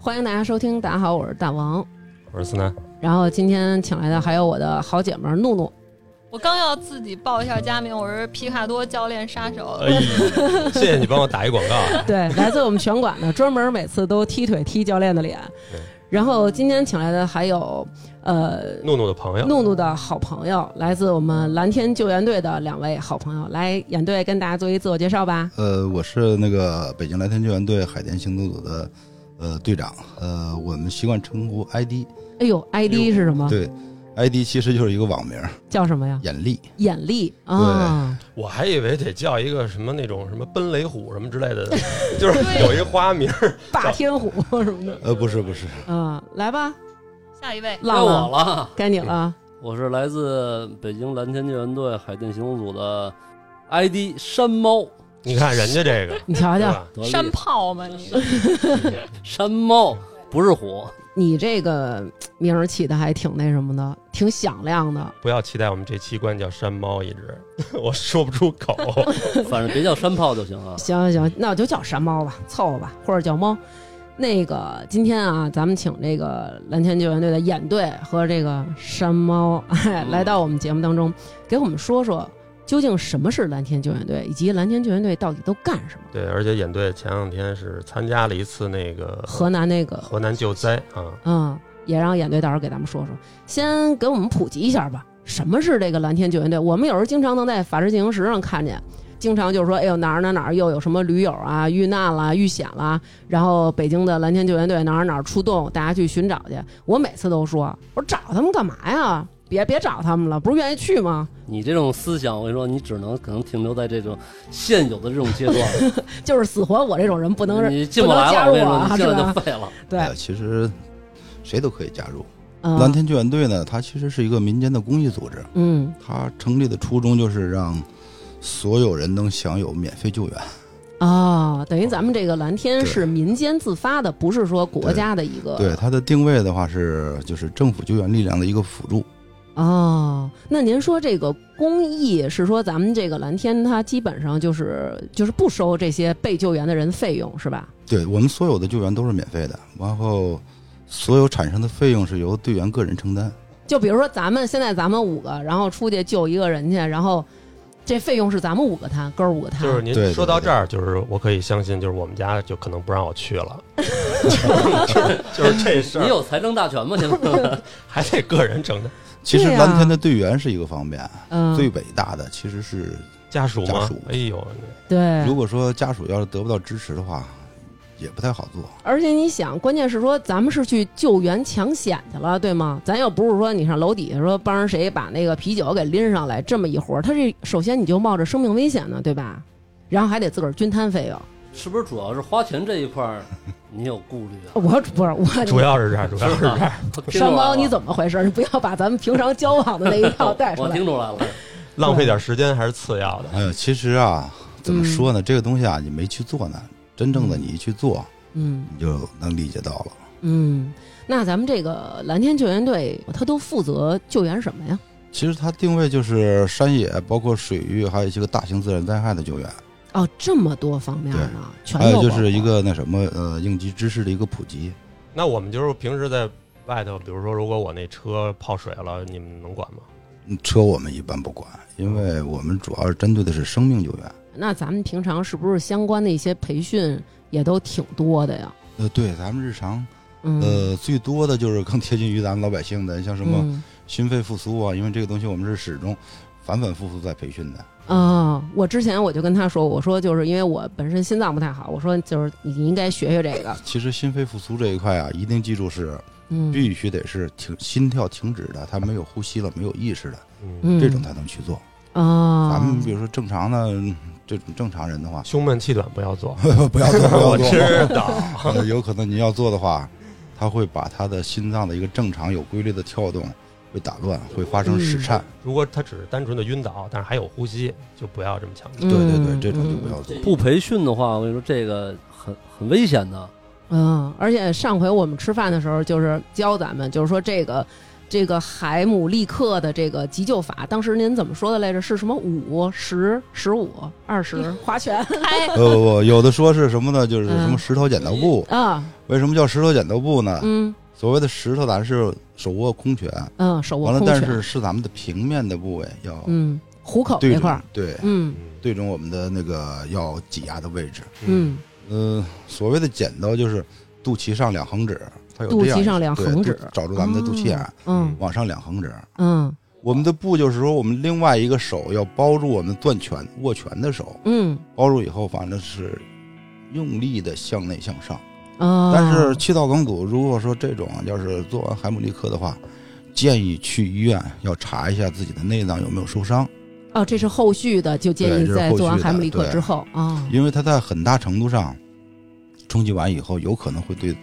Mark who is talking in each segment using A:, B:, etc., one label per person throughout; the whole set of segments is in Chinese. A: 欢迎大家收听，大家好，我是大王。
B: 我是思南，
A: 然后今天请来的还有我的好姐妹儿怒怒，
C: 我刚要自己报一下佳名，我是皮卡多教练杀手。
B: 哎，谢谢你帮我打一广告啊，
A: 对， 来自我们拳馆的，专门每次都踢腿踢教练的脸
B: 对。
A: 然后今天请来的还有呃
B: 诺诺的朋友，
A: 怒怒的好朋友，来自我们蓝天救援队的两位好朋友，来演队跟大家做一自我介绍吧。
D: 呃，我是那个北京蓝天救援队海淀行动组的呃队长，呃，我们习惯称呼 ID，
A: 哎呦，ID 是什么？
D: 对，ID 其实就是一个网名，
A: 叫什么呀？
D: 眼力。
A: 眼力啊，
B: 我还以为得叫一个什么那种什么奔雷虎什么之类的，就是有一个花名。
A: 霸天虎什么的。
D: 呃，不是不是，
A: 嗯，来吧，
C: 下一位，
E: 该
A: 浪
E: 我
A: 浪，
E: 了，
A: 该你了。
E: 我是来自北京蓝天救援队海淀行动组的 ID 山猫，
B: 你看人家这个，
A: 你瞧
B: 对
A: 瞧，
B: 吧？
E: 得力
C: 山炮嘛，你
E: 山猫不是虎，
A: 你这个名儿起的还挺那什么的，挺响亮的。
B: 不要期待我们这期关叫山猫，一直 我说不出口。
E: 反正别叫山炮就行啊。
A: 行行行，那我就叫山猫吧，凑合吧，或者叫猫。那个今天啊，咱们请这个蓝天救援队的演队和这个山猫， 哎，
E: 嗯
A: 来到我们节目当中，给我们说说究竟什么是蓝天救援队，以及蓝天救援队到底都干什么。
B: 对，而且演队前两天是参加了一次那个
A: 河南那个，
B: 河南救灾啊，
A: 嗯，也让演队到时候给咱们说说，先给我们普及一下吧，什么是这个蓝天救援队？我们有时候经常能在《法制进行时》上看见，经常就是说，哎呦哪儿哪儿哪儿又有什么驴友啊遇难啦、遇险啦，然后北京的蓝天救援队哪儿哪儿出动，大家去寻找去。我每次都说，我说找他们干嘛呀？别别找他们了，不是愿意去吗？
E: 嗯你这种思想，我跟你说，你只能可能停留在这种现有的这种阶段，
A: 就是死活我这种人不能
E: 你进
A: 不
E: 不
A: 能
E: 来
A: 加
E: 了，
A: 入
E: 我跟你
A: 啊
E: 说，你进
A: 是
E: 来
A: 吧
E: 就废了。
A: 对，
D: 呃，其实谁都可以加入。
A: 嗯
D: 蓝天救援队呢，它其实是一个民间的公益组织，
A: 嗯
D: 它成立的初衷就是让所有人能享有免费救援。
A: 哦，等于咱们这个蓝天
D: 对
A: 是民间自发的，不是说国
D: 对
A: 家的一个
D: 对它的定位的话是，就是政府救援力量的一个辅助。
A: 哦，那您说这个公益是说咱们这个蓝天它基本上就是就是不收这些被救援的人费用是吧？
D: 对我们所有的救援都是免费的，然后所有产生的费用是由队员个人承担。
A: 就比如说咱们现在咱们五个，然后出去救一个人去，然后这费用是咱们五个摊，哥儿五个摊，
B: 就是
D: 啊对
B: 您
D: 对
B: 说到
D: 对
B: 这儿，就是我可以相信，就是我们家就可能不让我去了，就是 就是这事
E: 你
B: 儿
E: 有财政大权吗？现在
B: 还得个人承担，
D: 其实
A: 对呀
D: 蓝天的队员是一个方面，
A: 嗯，
D: 最伟大的其实是，
B: 家属吗
D: 家属？
B: 哎呦，
A: 对
D: 如。果说家属要是得不到支持的话，也不太好做。
A: 而且你想，关键是说咱们是去救援抢险去了，对吗？咱又不是说你上楼底下说帮谁把那个啤酒给拎上来这么一活儿，他这首先你就冒着生命危险呢，对吧？然后还得自个儿均摊费用。
E: 是不是主要是花钱这一块儿你有顾虑啊？
A: 我不是我，
B: 主要是这样，主要是这 样。
E: 听出来
A: 山
E: 了
A: 猫，你怎么回事？你不要把咱们平常交往的那一 套带出
E: 我
A: 来
E: 听。出来了，
B: 浪费点时间还是次要的。
D: 哎呦，其实啊，怎么说呢？这个东西啊，你没去做呢，真正的你一去做，
A: 嗯
D: 你就能理解到了。
A: 嗯，那咱们这个蓝天救援队，他都负责救援什么呀？
D: 其实它定位就是山野，包括水域，还有一些个大型自然灾害的救援，
A: 哦，这么多方面呢，全
D: 还有
A: 都
D: 就是
A: 包括
D: 一个那什么呃应急知识的一个普及。
B: 那我们就是平时在外头，比如说，如果我那车泡水了，你们能管吗？
D: 嗯车我们一般不管，因为我们主要是针对的是生命救援。
A: 那咱们平常是不是相关的一些培训也都挺多的呀？
D: 呃，对，咱们日常
A: 嗯，
D: 呃，最多的就是更贴近于咱们老百姓的，像什么
A: 嗯？
D: 心肺复苏啊，因为这个东西我们是始终反反复复在培训的。
A: 啊、我之前我就跟他说，我说就是因为我本身心脏不太好，我说就是你应该学学这个，
D: 啊其实心肺复苏这一块啊，一定记住是
A: 嗯，
D: 必须得是停心跳停止的，他没有呼吸了，没有意识的，
B: 嗯，，
A: 嗯
D: 这种才能去做。
A: 啊，
D: 咱们比如说正常的嗯这种正常人的话
B: 胸闷气短不要做，
D: 不要做，不
B: 我
D: 要做。
B: 知道。
D: 呃有可能您要做 的话，他会把他的心脏的一个正常有规律的跳动会打乱，会发
A: 嗯
D: 生室颤。
B: 如果他只是单纯的晕倒，但是还有呼吸，就不要这么强制。
A: 嗯
D: 对对对，这种就不要做。
E: 不培训的话，我跟你说这个很很危
A: 哦
E: 险的。
A: 嗯，而且上回我们吃饭的时候，就是教咱们，就是说这个这个海姆立克的这个急救法，当时您怎么说的来着？是什么五十、十五、二十划拳
C: 开
D: 呃 不不，有的说是什么呢？就是什
A: 嗯
D: 么石头剪刀布。
A: 啊？
D: 为什么叫石头剪刀布呢？
A: 嗯
D: 所谓的石头，咱是手握空拳，
A: 嗯，手握
D: 完了
A: 空，
D: 但
A: 拳，
D: 是是咱们的平面的部位要
A: 嗯，虎口
D: 对
A: 这
D: 准，
A: 块儿，
D: 对
A: 嗯
D: 对准我们的那个要挤压的位置。
A: 嗯，
D: 嗯，所谓的剪刀就是肚脐上两横指，它有
A: 肚
D: 这样
A: 脐
D: 一
A: 上两
D: 对
A: 横
D: 肚
A: 指
D: 找出咱们的肚脐眼，
A: 嗯
D: 往上两横指。
A: 嗯
D: 我们的布就是说，我们另外一个手要包住我们攥拳、握拳的手，
A: 嗯
D: 包住以后，反正是用力的向内向上。
A: 啊，
D: 但是气道梗阻，如果说这种要是做完海姆立克的话，建议去医院要查一下自己的内脏有没有受伤，
A: 哦，这是后续的，就建
D: 对
A: 议
D: 这是
A: 在
D: 后
A: 做完
D: 续
A: 海姆
D: 的
A: 立克
D: 对
A: 之后啊，
D: 因为它在很大程度上冲击完以后，有可能会对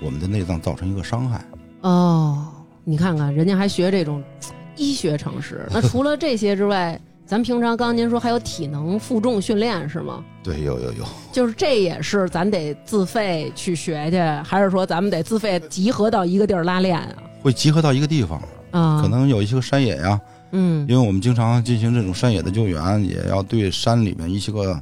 D: 我们的内脏造成一个伤害。
A: 哦，你看看人家还学这种医学常 识。那除了这些之外，咱平常刚刚您说还有体能负重训练是吗？
D: 对，有有有，
A: 就是这也是咱得自费去学去，还是说咱们得自费集合到一个地儿拉练啊？
D: 会集合到一个地方，
A: 啊，
D: 可能有一些个山野呀、
A: 嗯
D: 因为我们经常进行这种山野的救援，也要对山里面一些个，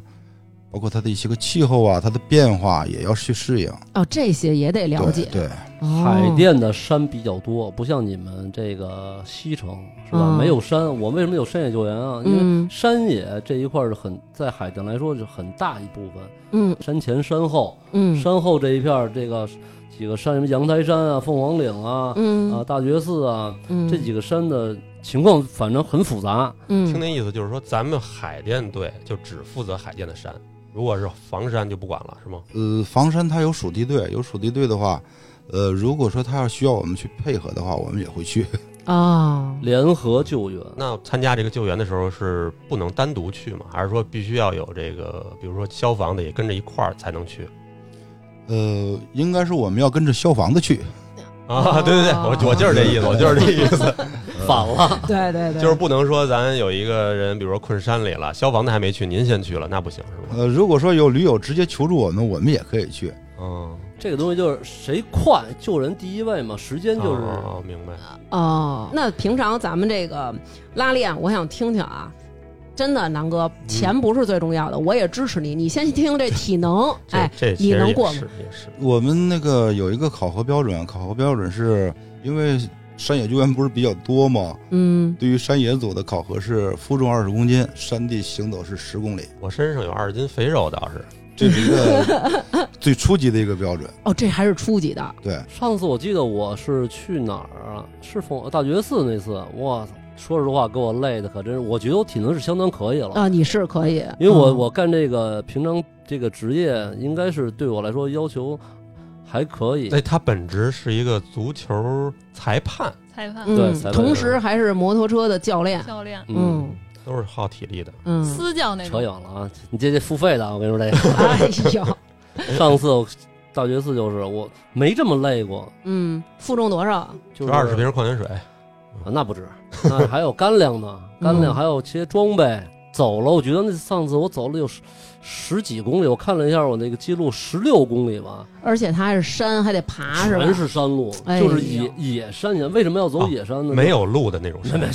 D: 包括它的一些个气候啊，它的变化也要去适应。
A: 哦，这些也得了
D: 对
A: 解。
D: 对，
A: 哦
E: 海淀的山比较多，不像你们这个西城是吧？
A: 嗯
E: 没有山，我为什么有山野救援啊？因为
A: 嗯
E: 山野这一块儿是很在海淀来说是很大一部分，
A: 嗯
E: 山前山后，
A: 嗯
E: 山后这一片儿这个几个山什么阳台山啊、凤凰岭啊、
A: 嗯
E: 啊大觉寺啊，
A: 嗯，
E: 这几个山的情况反正很复杂。
B: 听
A: 嗯
B: 那意思就是说，咱们海淀队就只负责海淀的山，如果是房山就不管了，是吗？
D: 呃，房山它有属地队，有属地队的话，呃，如果说它要需要我们去配合的话，我们也会去。
A: 哦，
E: 联合救援，
B: 那参加这个救援的时候是不能单独去吗？还是说必须要有这个，比如说消防的也跟着一块儿才能去？
D: 呃，应该是我们要跟着消防的去。
B: 啊，
A: 哦
B: 对对对，我我就是这意思，我就是这意思，
E: 反了，
A: 对对对，
B: 就是不能说咱有一个人，比如说困山里了，消防的还没去，您先去了，那不行是吗？
D: 呃，如果说有驴友直接求助我们，我们也可以去。
B: 嗯，
E: 这个东西就是谁快救人第一位嘛，时间就是
B: 哦，哦明白。
A: 哦，那平常咱们这个拉练，我想听听啊。真的，南哥，钱不是最重要的，我也支持你。你先听听这体 能，
B: 这
A: 哎，
B: 这
A: 你
B: 其实
A: 能
B: 也
A: 过吗
B: 是也是，
D: 我们那个有一个考核标准，考核标准是因为山野救援不是比较多吗？
A: 嗯，
D: 对于山野组的考核是负重二十公斤，山地行走是十公里，
B: 我身上有二斤肥肉倒是，
D: 这是一个 最初级的一个标准。
A: 哦，这还是初级的，
D: 对，
E: 上次我记得我是去哪儿啊？是凤大觉寺那次，哇，说实话给我累的可真是，我觉得我体能是相当可以了，
A: 啊，你是可以，
E: 因为我
A: 嗯
E: 我干这个平常这个职业，应该是对我来说要求还可以。
B: 那他本职是一个足球裁判，
C: 裁判
E: 对
A: 嗯
E: 才，会
A: 同时还是摩托车的教练，
C: 教练，
A: 嗯
B: 都是耗体力的。
A: 嗯，
C: 私教那
E: 扯
C: 种，
E: 远了啊！你这这付费的啊，我跟你说这 个。
A: 哎呦，
E: 上次我大觉寺就是我没这么累过，
A: 嗯，负重多少？
E: 就
B: 就是二十瓶矿泉水，
E: 啊，那不止，那还有干 粮呢，干
B: 嗯
E: 粮还有些装备。走了，我觉得那上次我走了有十十几公里，我看了一下我那个记录，十六公里吧，
A: 而且它还是山，还得
B: 啊
A: 爬是吧
E: 全？是山路，
A: 哎
E: 就是
A: 呦
E: 野野山野。为什么要走
B: 哦
E: 野山呢？
B: 没有路的那种
E: 那，
B: 山
E: 那，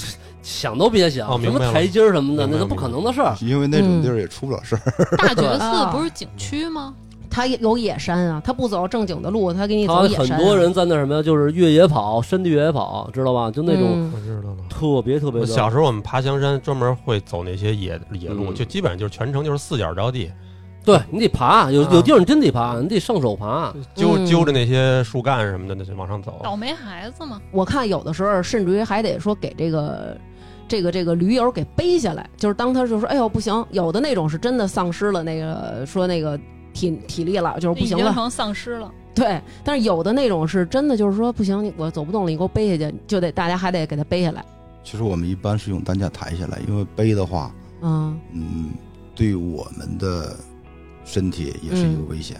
E: 想都别想，
B: 哦
E: 什
B: 明
E: 么
B: 白了
E: 台阶儿什么的，
B: 明白
E: 那都
B: 了
E: 不可能的事儿。
D: 因为那种地儿也出不了事儿。
C: 大觉
A: 啊
C: 寺不是景区吗？
A: 它有野山啊，它不走正经的路，它给你
E: 他
A: 走野山啊。
E: 很多人在那什么呀，就是越野跑，山地越野跑，知道吧？就那种
A: 嗯
B: 我知道了。
E: 特别特别
B: 我
E: 的。
B: 小时候我们爬香山，专门会走那些野野路，
E: 嗯
B: 就基本上就是全程就是四脚着地，
E: 对你得爬，有有
B: 啊
E: 地儿你真得爬，你得上手爬。
B: 揪、
A: 嗯
B: 揪着那些树干什么的，那就往上
A: 哦
B: 走。
C: 倒霉孩子嘛，
A: 我看有的时候甚至于还得说给这个这个这个驴友给背下来，就是当他就说哎呦不行，有的那种是真的丧失了那个说那个体体力了，就是不
C: 已
A: 行
C: 经
A: 了，
C: 成丧尸了。
A: 对。但是有的那种是真的就是说不行，我走不动了，你给我背下去，就得大家还得给他背下来，
D: 其实我们一般是用担架抬下来，因为背的话，
A: 嗯
D: 嗯，对我们的身体也是一个危险，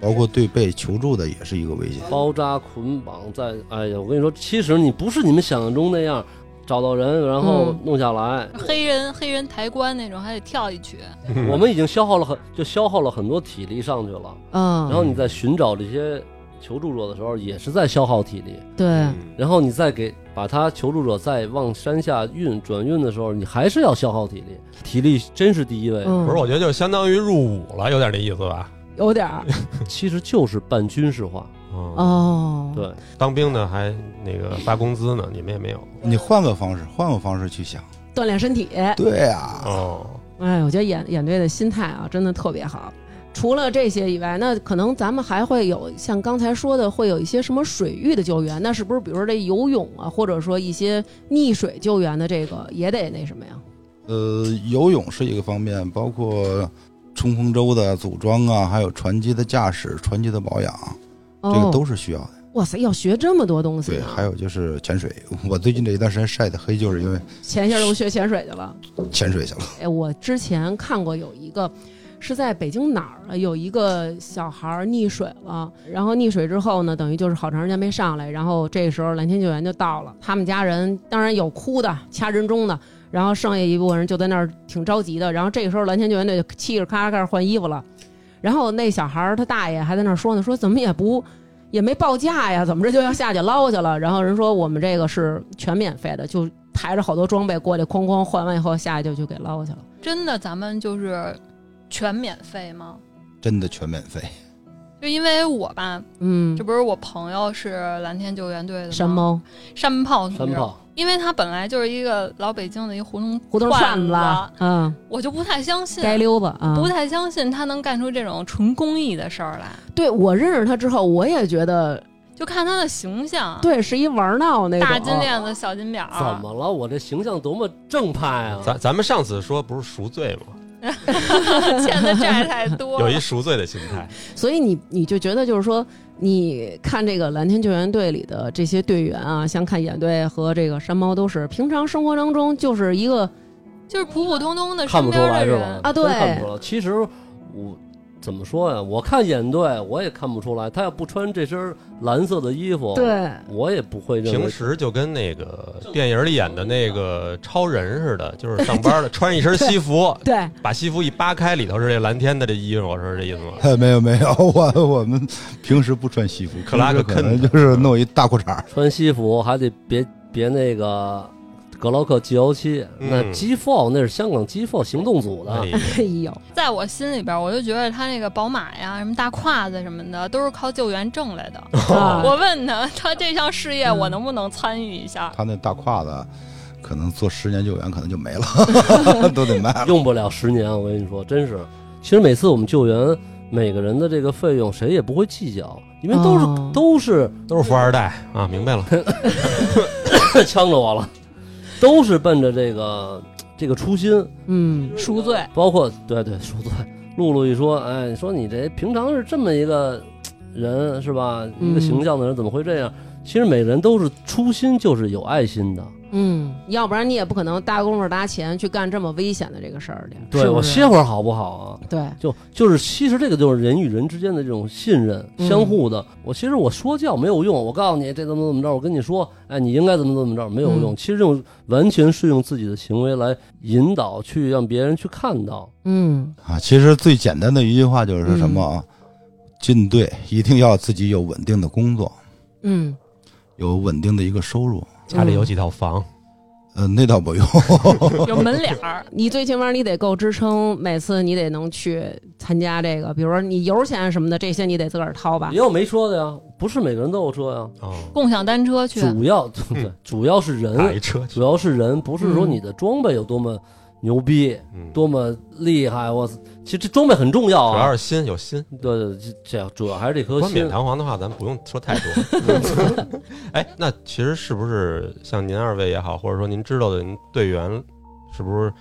D: 包括对被求助的也是一个危险。
E: 包扎捆绑在，哎呀，我跟你说，其实你不是你们想象中那样，找到人然后
A: 嗯
E: 弄下来。
C: 黑人黑人抬棺那种，还得跳一曲。
B: 嗯
E: 我们已经消耗了很，就消耗了很多体力上去了。
A: 嗯，
E: 然后你在寻找这些求助者的时候，也是在消耗体力。
A: 对，
B: 嗯
E: 然后你再给把他求助者再往山下运转运的时候，你还是要消耗体力，体力真是第一位的，
A: 嗯，
B: 不是，我觉得就相当于入伍了，有点这意思吧？
A: 有点 儿
E: 其实就是半军事化。
B: 嗯，
A: 哦，
E: 对，
B: 当兵的还那个发工资呢，你们也没有
D: 你换个方式，换个方式去想。
A: 锻炼身体。
D: 对啊，
B: 哦。
A: 哎，我觉得演演队的心态啊，真的特别好。除了这些以外，那可能咱们还会有像刚才说的，会有一些什么水域的救援，那是不是比如说这游泳啊，或者说一些溺水救援的这个也得那什么呀？
D: 呃，游泳是一个方面，包括冲锋舟的组装啊，还有船机的驾驶、船机的保养，这
A: 哦，
D: 个都是需要的。
A: 哇塞，要学这么多东西啊
D: 对，
A: 呢。
D: 还有就是潜水。我最近这一段时间晒的黑，就是因为
A: 前些儿都学潜水去了。
D: 潜水去了。
A: 哎，我之前看过有一个是在北京哪儿啊，有一个小孩儿溺水了，然后溺水之后呢，等于就是好长时间没上来，然后这时候蓝天救援就到了，他们家人当然有哭的，掐人中的，然后剩下一部分人就在那儿挺着急的，然后这时候蓝天救援队就气着咔咔开始换衣服了，然后那小孩儿他大爷还在那儿说呢，说怎么也不。也没报价呀，怎么着就要下去捞去了？然后人说我们这个是全免费的，就抬着好多装备过来，哐哐换完以后下去就去给捞去了。
C: 真的咱们就是全免费吗？
D: 真的全免费，
C: 就因为我吧，
A: 嗯
C: 这，不是我朋友是蓝天救援队的吗
A: 山猫
C: 山炮同
E: 山
C: 志，
E: 炮，
A: 嗯
C: 因为他本来就是一个老北京的一胡同
A: 胡同串
C: 串
A: 子，嗯，
C: 我就不太相信，
A: 街溜子
E: 嗯
A: 啊
C: 不。太相信他能干出这种纯公益的事儿来。
A: 对我认识他之后，我也觉得
C: 就看他的形象，
A: 对，是一玩闹那种。嗯
C: 大金链子、小金表，
E: 啊
A: 啊
E: 怎么了？我这形象多么正派啊！
B: 咱咱们上次说不是赎罪吗？
C: 欠的债 太多
B: 有
C: 了。
B: 一赎罪的心态，
A: 所以你你就觉得就是说，你看这个蓝天救援队里的这些队员啊，像看野队和这个山猫，都是平常生活当中就是一个
C: 就是普普通通的
E: 看
C: 身
E: 不出
C: 边
E: 来
C: 的
E: 是
C: 人
E: 吧？
A: 啊对
E: 真看不出来。其实我怎么说呀？我看眼队，我也看不出来。他要不穿这身蓝色的衣服，，
A: 对
E: 我也不会认
B: 平
E: 为。
B: 时就跟那个电影里演的那个超人似的，就是上班的穿一身 西服，
A: 对
B: 把西服一扒开，里头是这蓝天的这衣服，是这意思吗？
D: 没有没有，我我们平时不穿西服，
B: 克拉克
D: 平时可
B: 肯
D: 能
B: 的
D: 就是弄一大裤衩儿。
E: 穿西服还得别别那个格洛克 G 幺七，
B: 嗯
E: 那 G Four 那是香港 G Four 行动组的
B: 哎，
A: 哎 呦，
C: 在我心里边，我就觉得他那个宝马呀、什么大胯子什么的，都是靠救援挣来的。
A: 啊
C: 我问他，他这项事业
A: 嗯
C: 我能不能参与一下？
D: 他那大胯子，可能做十年救援可能就没了， 都得
B: 哎
D: 卖了。
E: 用不了十年。我跟你说，真是。其实每次我们救援，每个人的这个费用谁也不会计较，因为都是、
A: 哦
E: 都是
B: 都是富二代啊，明白了。
E: 呛着我了，都是奔着这个这个初心。
A: 嗯，
C: 赎罪，
E: 包括对对说对，露露一说，哎，说你这平常是这么一个嘖人是吧？
A: 嗯
E: 一个形象的人怎么会这样？其实每个人都是初心就是有爱心的。
A: 嗯，要不然你也不可能搭功夫搭钱去干这么危险的这个事儿去。
E: 对
A: 是不
E: 我
A: 是
E: 歇会儿好不好啊？
A: 对，
E: 就就是其实这个就是人与人之间的这种信任，
A: 嗯
E: 相互的。我其实我说教没有用，我告诉你这怎么怎么着，我跟你说，哎，你应该怎么怎么着，没有用。
A: 嗯
E: 其实这种完全是用自己的行为来引导，去让别人去看到。
A: 嗯，
D: 啊，其实最简单的一句话就是什么啊？进队一定要自己有稳定的工作，
A: 嗯，，
D: 有稳定的一个收入。
B: 家里有几套房，
D: 呃，那倒不用，
C: 有门脸儿
A: 你最起码你得够支撑，每次你得能去参加这个，比如说你油钱什么的，这些你得自个儿掏吧
E: 也。有没说的呀，不是每个人都有车呀。
A: 嗯
B: 哦，
C: 共享单车
A: 啊
C: 去。
E: 主要对，主要是
B: 嗯打
E: 人
B: 一，车去
A: 嗯
E: 主，要是人，不是说你的装备有多么牛逼、
B: 嗯，主
E: 多么厉害。我操其实这装备很重要
B: 要
E: 啊。
B: 是心有心。
E: 对对，这这主要还是这颗
B: 说
E: 心
B: 免。弹簧的话，咱不用说太多。哎，那其实是不是像您二位也好，或者说您知道的您队员，是不是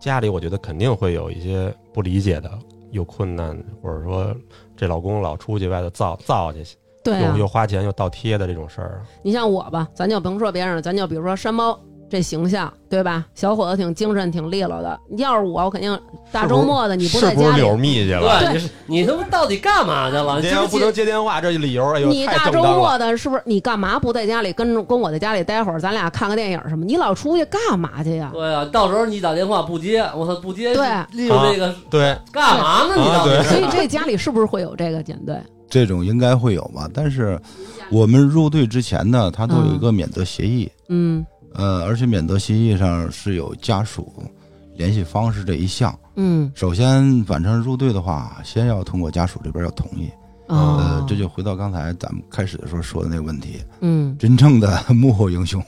B: 家里我觉得肯定会有一些不理解的，有困难，或者说这老公老出去外头造造去，
A: 对啊
B: 又，又花钱又倒贴的这种事儿啊，
A: 你像我吧，咱就甭说别人了，咱就比如说山猫这形象，对吧？小伙子挺精神，挺利落的。要是我，我肯定大周末的你
B: 是
A: 在
B: 不是
A: 家里，
B: 柳密去了？
E: 对，你是你他妈到底干嘛 去了？
B: 您
E: 记
B: 要不
E: 记
B: 能接电话，这理由哎呦
A: 你
B: 太
A: 大
B: 正
A: 周
B: 当了。
A: 末的是不是你干嘛不在家里跟着跟我在家里待会儿，咱俩看个电影什么？你老出去干嘛去呀？
E: 对啊，到时候你打电话不接，我操，不接，
A: 对啊
E: 利用这个、
B: 对，
E: 干嘛呢？你到底
B: 啊
E: 是？
A: 所以这家里是不是会有这个减队？
D: 这种应该会有吧？但是我们入队之前呢，他都有一个免责协议，
A: 嗯
D: 呃，而且免责协议上是有家属联系方式这一项。
A: 嗯
D: 首先，反正入队的话，先要通过家属这边要同意。
A: 啊
D: 呃，，这就回到刚才咱们开始的时候说的那个问题，
A: 嗯
D: 真正的 幕后英雄，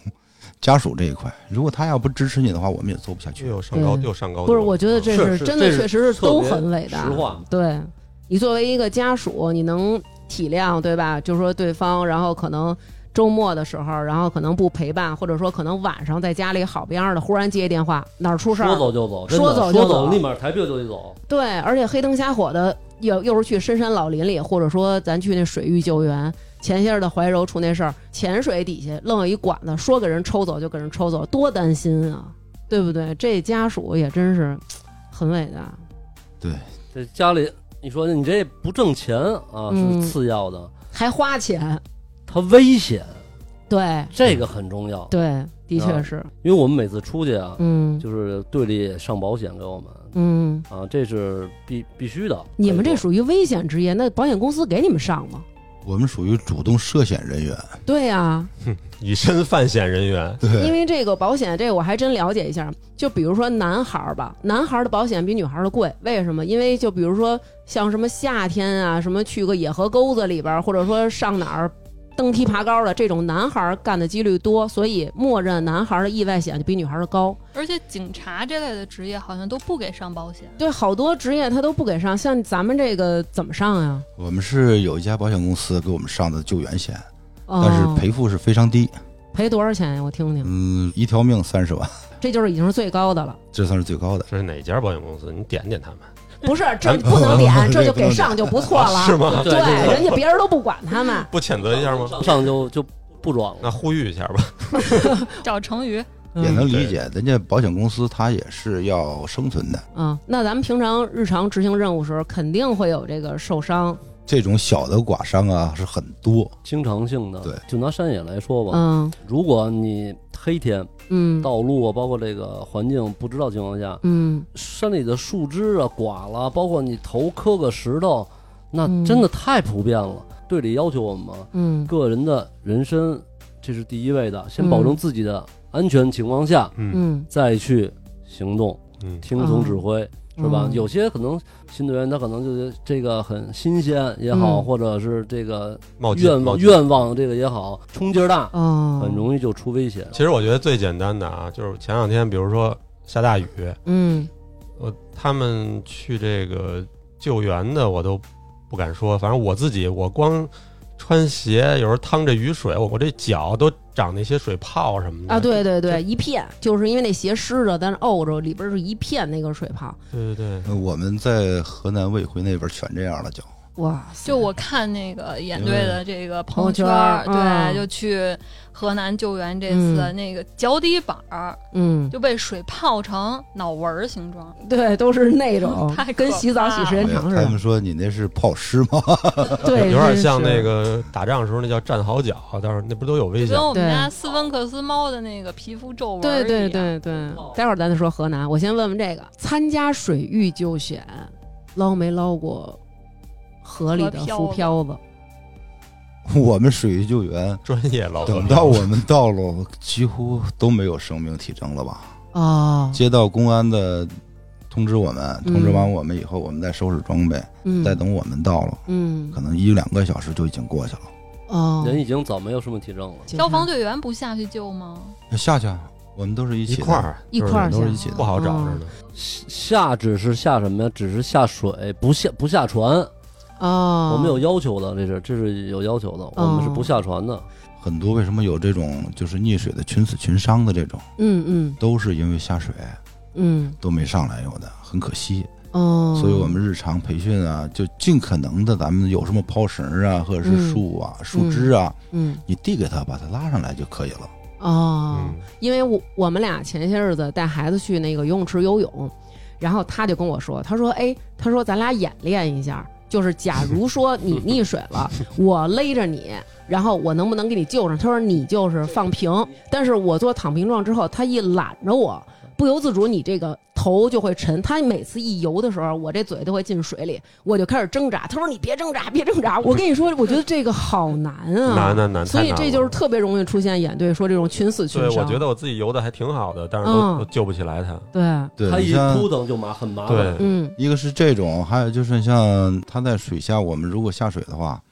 D: 家属这一块，如果他要不支持你的话，我们也做不下去。
B: 又上高
A: 对
B: 又上高度了，啊
A: 不是，我觉得这
E: 是
A: 真的，
E: 这
A: 确实是
E: 特别
A: 都很伟大
E: 实。话，
A: 对你作为一个家属，你能体谅对吧？就说对方，然后可能周末的时候，然后可能不陪伴，或者说可能晚上在家里好不样的，忽然接一电话，哪儿出事儿
E: 说
A: 了？
E: 走就走，
A: 说走
E: 走
A: 就
E: 说
A: 走
E: 立马抬屁股就得走。
A: 对，而且黑灯瞎火的，又又是去深山老林里，或者说咱去那水域救援。前些日的怀柔出那事儿，潜水底下愣有一管子，说给人抽走就给人抽走，多担心啊，对不对？这家属也真是很伟大。
E: 这家里你说你这不挣钱啊，
A: 嗯
E: 是次要的，
A: 还花钱，
E: 它危险，
A: 对
E: 这个很重要。
A: 对，的确
E: 啊
A: 是，
E: 因为我们每次出去啊，
A: 嗯
E: 就是队里上保险给我们
A: 嗯，
E: 啊，这是必必须的。哎
A: 你们
E: 可以
A: 这
E: 说
A: 属于危险职业，那保险公司给你们上吗？
D: 我们属于主动涉险人员，
A: 对呀、
B: 以身犯险人员，
A: 因
D: 对，
A: 为这个保险，这个我还真了解一下。就比如说男孩儿吧，男孩儿的保险比女孩儿的贵，为什么？因为就比如说像什么夏天啊，什么去个野河沟子里边儿，或者说上哪儿登梯爬高的这种，男孩儿干的几率多，所以默认男孩儿的意外险就比女孩儿的高。
C: 而且警察这类的职业好像都不给上保险，
A: 对，好多职业他都不给上，像咱们这个怎么上呀？
D: 我们是有一家保险公司给我们上的救援险，
A: 哦、
D: 但是赔付是非常低，
A: 赔多少钱呀？我听听，
D: 嗯，一条命三十万，
A: 这就是已经是最高的了。
D: 这算是最高的。
B: 这是哪家保险公司？你点点他们，
A: 不是，这不能点，这就给上就不错了。
B: 哦啊是吗？
E: 对对
A: 人家别人都不管他们。
B: 不谴责一下吗？
E: 上上就就不装了。
B: 那呼吁一下吧，
C: 找成语
A: 嗯
D: 也能理
B: 对
D: 解，人家保险公司它也是要生存的。
A: 啊，那咱们平常日常执行任务时候，肯定会有这个受伤。
D: 这种小的剐伤啊是很多，
E: 经常性的，
D: 对
E: 就拿山野来说吧，
A: 嗯
E: 如果你黑天
A: 嗯
E: 道路啊，包括这个环境不知道情况下，
A: 嗯，
E: 山里的树枝啊刮了，包括你头磕个石头，那
A: 嗯
E: 真的太普遍了。队里要求我们嘛，
A: 嗯
E: 个人的人身这是第一位的，先保证自己的安全情况下，
B: 嗯
A: 嗯
E: 再去行动，
B: 嗯，
E: 听从指挥。
A: 嗯
E: 是吧
A: 嗯？
E: 有些可能新队员他可能就是这个很新鲜也好，
A: 嗯
E: 或者是这个
B: 冒进
E: 愿
B: 冒
E: 望
B: 进
E: 愿望这个也好，冲劲儿大，
A: 哦，
E: 很容易就出危险。
B: 其实我觉得最简单的啊，就是前两天，比如说下大雨，
A: 嗯
B: 我他们去这个救援的，我都不敢说。反正我自己，我光穿鞋，有时候趟着雨水，我我这脚都长那些水泡什么的
A: 啊，对对
B: 这
A: 对，一片就是因为那鞋湿着，但是沤着里边是一片那个水泡。
B: 对对对，
D: 呃我们在河南卫辉那边全这样了，就
A: 哇塞，
C: 就我看那个演队的这个朋友圈
A: 嗯朋友
C: 儿，
A: 圈儿嗯
C: 对，就去河南救援这次
A: 嗯
C: 那个脚底板儿
A: 嗯，
C: 就被水泡成脑纹儿形状，
A: 对，都是那 种
C: 太可
A: 跟洗澡洗时间
D: 哎呀
A: 长似
D: 他们
A: 的，
D: 说你那是泡尸吗？
B: 有
A: 对，
B: 有点
A: 真
B: 像
A: 是
B: 那个打仗的时候那叫站好脚，但是那不都有危
C: 就
B: 险
C: 跟？我们
A: 对
C: 家斯芬克斯猫的那个皮肤皱纹儿
A: 对
C: 一
A: 对
C: 样。
A: 对对，待会儿咱再说河南。我先问问这个，参加水域救险，捞没捞过河里的浮
C: 河
A: 漂子？
D: 我们水域救援，
B: 专业老
D: 等到我们到了，几乎都没有生命体征了吧？
A: 哦，
D: 接到公安的通知，我们
A: 嗯
D: 通知完我们以后，我们再收拾装备，
A: 嗯，
D: 再等我们到了，
A: 嗯
D: 可能一两个小时就已经过去了。
A: 哦，
E: 人已经早没有什么体征了。
A: 警察
C: 消防队员不下去 救吗？
D: 那下去啊，我们都是一
B: 一
D: 起的
B: 块，儿
A: 一块儿
D: 都是
A: 下
D: 一起的
B: 不好找着呢。
E: 下只是下什么呀？只是下水，不下不下船。
A: 哦，
E: 我们有要求的，这是这是有要求
A: 嗯
E: 的，我们是不下船的。
D: 很多为什么有这种就是溺水的群死群伤的这种，
A: 嗯嗯
D: 都是因为下水
A: 嗯
D: 都没上来，有的很可惜。
A: 哦，
D: 所以我们日常培训啊，就尽可能的，咱们有什么抛绳儿啊，或者是树啊、树枝啊，
A: 嗯
D: 你递给他，把他拉上来就可以了。
A: 哦，
B: 嗯，
A: 因为我我们俩前些日子带孩子去那个游泳池游泳，然后他就跟我说，他说：“哎，他说咱俩演练一下，就是假如说你溺水了， 我勒着你，然后我能不能给你救上？”他说：“你就是放平，但是我做躺平状之后，他一揽着我，不由自主，你这个头头就会沉。他每次一游的时候，我这嘴都会进水里，我就开始挣扎。他说：“你别挣扎，别挣扎。”我跟你说，我觉得这个好难啊，
B: 难难难，
A: 所
B: 太
A: 以
B: 难
A: 这就是
B: 了
A: 特别容易出现眼对说这种群死群
B: 对，
A: 伤。
B: 我觉得我自己游的还挺好的，但是
A: 嗯
B: 都都救不起来他。
A: 对，
D: 对，
E: 他
D: 你
E: 一
D: 像
E: 扑腾就麻很麻烦。
B: 对，
A: 嗯
D: 一个是这种，还有就是像它在水下，我们如果下水的话，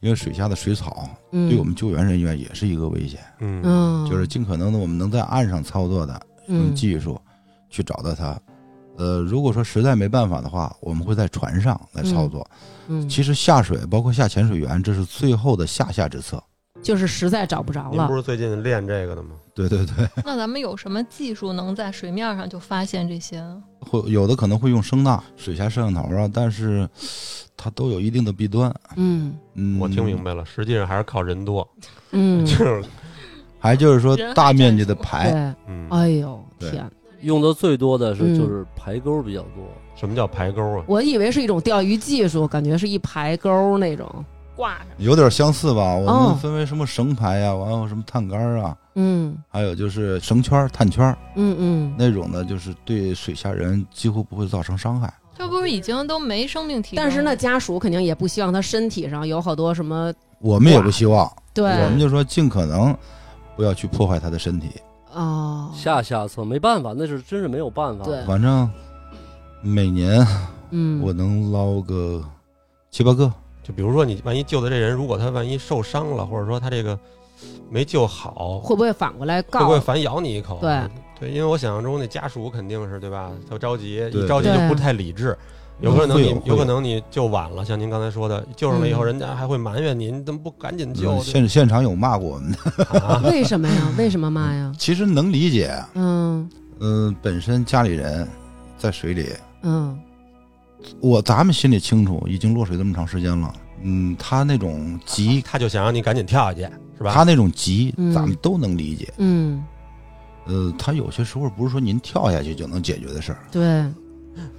D: 因为水下的水草
A: 嗯，
D: 对我们救援人员也是一个危险，
B: 嗯，
A: 嗯，
D: 就是尽可能的我们能在岸上操作的用
A: 嗯
D: 技术去找到它。呃，如果说实在没办法的话，我们会在船上来操作。
A: 嗯，
D: 其实下水，包括下潜水员，这是最后的下下之策。
A: 就是实在找不着
B: 您
A: 了
B: 不。是最近练这个的吗？
D: 对对对，
C: 那咱们有什么技术能在水面上就发现这些？
D: 会有的可能会用声呐、水下摄像头啊，但是它都有一定的弊端。
A: 嗯
D: 嗯，
B: 我听明白了，实际上还是靠人多，
A: 嗯
B: 就，是
D: 还就是说
C: 人还
D: 大面积的
C: 真多
D: 排，
A: 对，
B: 嗯，
A: 哎呦
D: 对
A: 天，
E: 用的最多的是
A: 嗯
E: 就是排钩比较多，
B: 什么叫排钩啊？
A: 我以为是一种钓鱼技术，感觉是一排钩那种。
C: 挂上
D: 有点相似吧。我
A: 哦
D: 们分为什么绳排呀、完后什么探杆啊，
A: 嗯
D: 还有就是绳圈、探圈
A: 嗯嗯，
D: 那种呢，就是对水下人几乎不会造成伤害。
C: 这不是已经都没生命体征了？
A: 但是那家属肯定也不希望他身体上有好多什么
D: 我们也不希望，
A: 对
D: 我
A: 啊
D: 们就说尽可能不要去破坏他的身体。，
A: 哦
E: 下下策没办法，那是真是没有办法。
A: 对
D: 反正每年
A: 嗯，
D: 我能捞个七八个，
B: 就比如说你万一救的这人，如果他万一受伤了，或者说他这个没救好，
A: 会不会反过来
B: 会不
A: 告
B: 会？反咬你一口？啊
A: 对
B: 对，因为我想象中那家属肯定是对吧？他着急，
D: 对
B: 一着急就
A: 对
B: 不太理智。有可能
D: 会
B: 你
D: 有会
B: 嗯有可
D: 有
B: 能你救晚了，像您刚才说的，救上了以后，
A: 嗯
B: 人家还会埋怨你，你怎么不赶紧救
D: 嗯？现现场有骂过我们的，
B: 啊，
A: 为什么 呀？为什么骂呀？
D: 其实能理解。啊
A: 嗯
D: 嗯、本身家里人在水里，
A: 嗯
D: 我咱们心里清楚，已经落水这么长时间了。嗯，他那种急
B: 他就想让你赶紧跳下去，是啊吧？
D: 他那种急
A: 嗯，
D: 咱们都能理解。
A: 嗯，
D: 呃，他有些时候不是说您跳下去就能解决的事儿。
A: 对，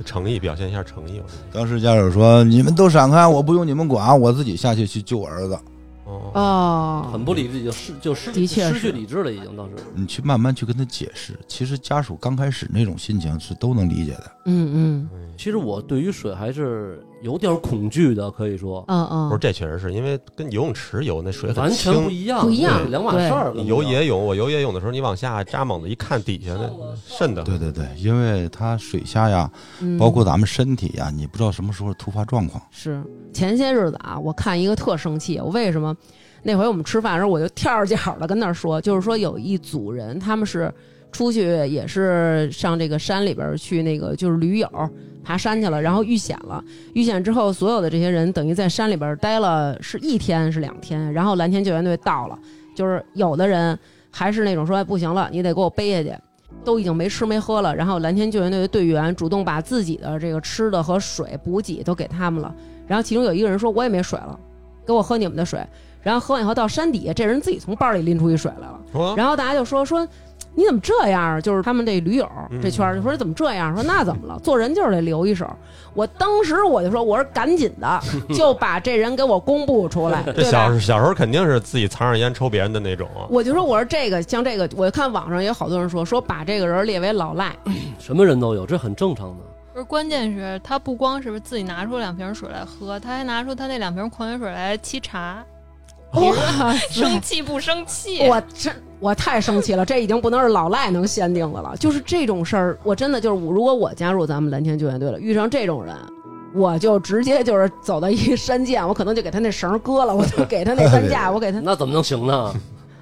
B: 诚意表现一下诚意，我觉得
D: 当时家属说：“你们都闪开，我不用你们管，我自己下去去救我儿子。
B: 哦，
A: 哦，
E: 很不理智，就失就失
A: 的确是
E: 失去理智了，已经当时。”
D: 你去慢慢去跟他解释。其实家属刚开始那种心情是都能理解的。
A: 嗯嗯
B: 嗯
E: 其实我对于水还是有点恐惧的，可以说
A: 嗯
B: 不
A: 嗯
B: 是，，这确实是因为跟游泳池游那水很
E: 完全不
B: 清。
E: 一样，
A: 不一样
E: 对两码事儿。
B: 你游野泳，我游野泳的时候，你往下扎猛子一看，底下那渗的，
D: 对对对，因为他水下呀，
A: 嗯
D: 包括咱们身体呀，你不知道什么时候突发状况。
A: 是前些日子啊，我看一个特生气，我为什么？那回我们吃饭的时候，我就跳着脚的跟那儿说，就是说有一组人，他们是出去也是上这个山里边儿去那个就是驴友爬山去了，然后遇险了。遇险之后，所有的这些人等于在山里边儿待了是一天是两天，然后蓝天救援队到了，就是有的人还是那种说、哎、不行了，你得给我背下去。都已经没吃没喝了，然后蓝天救援队的队员主动把自己的这个吃的和水补给都给他们了，然后其中有一个人说：“我也没水了，给我喝你们的水。”然后喝完以后到山底下，这人自己从包里拎出一水来了。
B: 哦
A: 然后大家就说说你怎么这样啊？就是他们这驴友
B: 嗯
A: 这圈儿就说怎么这样？说那怎么了？做人就是得留一手。我当时我就说我是赶紧 的，就把这人给我公布出来，
B: 这
A: 对
B: 小
A: 吧？
B: 时小时候肯定是自己藏着烟抽别人的那种啊，
A: 我就说我是这个，像这个，我看网上也有好多人说说把这个人列为老赖，
E: 什么人都有，这很正常的。
C: 不是，关键是他不光是自己拿出两瓶水来喝，他还拿出他那两瓶矿泉水来沏茶，
B: 哦
A: 哇塞！
C: 生气不生气？
A: 我这我太生气了，这已经不能是老赖能限定的了。就是这种事儿，我真的就是，如果我加入咱们蓝天救援队了，遇上这种人，我就直接就是走到一山涧，我可能就给他那绳割了，我就给他那担架，我给他。
E: 那怎么能行呢？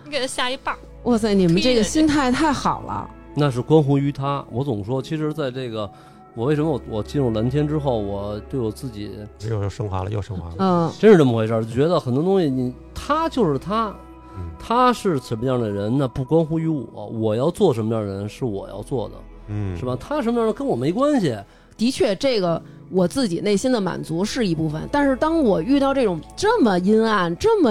C: 你给他下一棒，
A: 哇塞，你们这个心态太好了。
E: 那是关乎于他。我总说，其实在这个，我为什么我我进入蓝天之后，我对我自己
B: 又又升华了，又升华了。
A: 嗯
E: 真是这么回事儿，觉得很多东西你他就是他
B: 嗯，
E: 他是什么样的人那不关乎于我，我要做什么样的人是我要做的，
B: 嗯，
E: 是吧？他什么样的跟我没关系。
A: 的确，这个我自己内心的满足是一部分，但是当我遇到这种这么阴暗、这么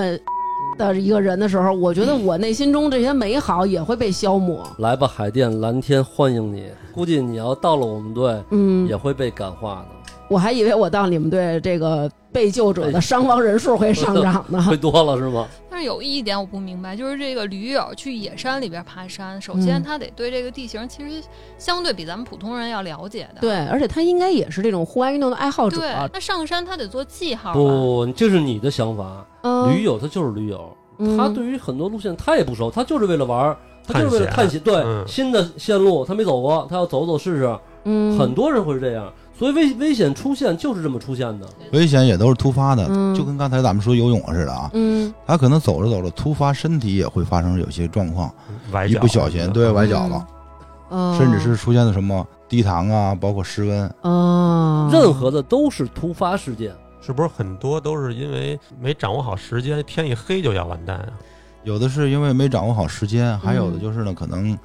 A: 的一个人的时候，我觉得我内心中这些美好也会被消磨。
E: 来吧，海淀蓝天欢迎你。估计你要到了我们队，
A: 嗯，啊
E: 也会被感化的，
A: 我还以为我到你们队这个被救者的伤亡人数会上涨呢
E: 会。多了是吗？
C: 但是有一点我不明白，就是这个驴友去野山里边爬山，首先
A: 嗯
C: 他得对这个地形其实相对比咱们普通人要了解的。
A: 对，啊而且他应该也是这种户外运动的爱好者。
C: 对，他上山他得做记号
E: 不
C: 吧。
E: 不不，这是你的想法。
A: 嗯，
E: 驴友他就是驴友，
A: 嗯
E: 他对于很多路线他也不熟，他就是为了玩儿，他就是为了
B: 探
E: 探
B: 险
E: 险。对，
B: 嗯
E: 新的线路他没走过，他要走走试试。
A: 嗯
E: 很多人会是这样，所以危危险出现就是这么出现的。
D: 危险也都是突发的，
A: 嗯
D: 就跟刚才咱们说游泳似的啊，
A: 嗯
D: 他可能走着走着突发身体也会发生有些状况，
B: 崴
D: 一
B: 脚
D: 不小心
B: 嗯
D: 对崴脚了，
A: 哦
D: 甚至是出现了什么低糖啊，包括失温，
A: 哦，
E: 任何的都是突发事件，
B: 是不是很多都是因为没掌握好时间，天一黑就要完蛋啊？
D: 有的是因为没掌握好时间，还有的
A: 嗯
D: 就是呢，可能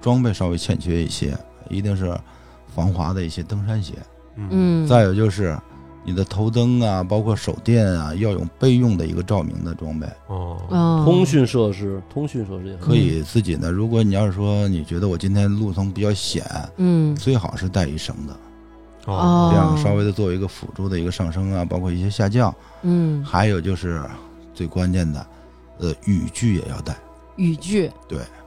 D: 装备稍微欠缺一些，一定是防滑的一些登山鞋。
A: 嗯，
D: 再有就是你的头灯啊，包括手电啊，要有备用的一个照明的装备，
B: 哦，
A: 哦
E: 通讯设施，通讯设施也很
A: 嗯
D: 可以自己呢。如果你要是说你觉得我今天路程比较险，
A: 嗯
D: 最好是带一绳子，
A: 哦
D: 这样稍微的作为一个辅助的一个上升啊，包括一些下降。
A: 嗯
D: 还有就是最关键的，呃，雨具也要带。
A: 语句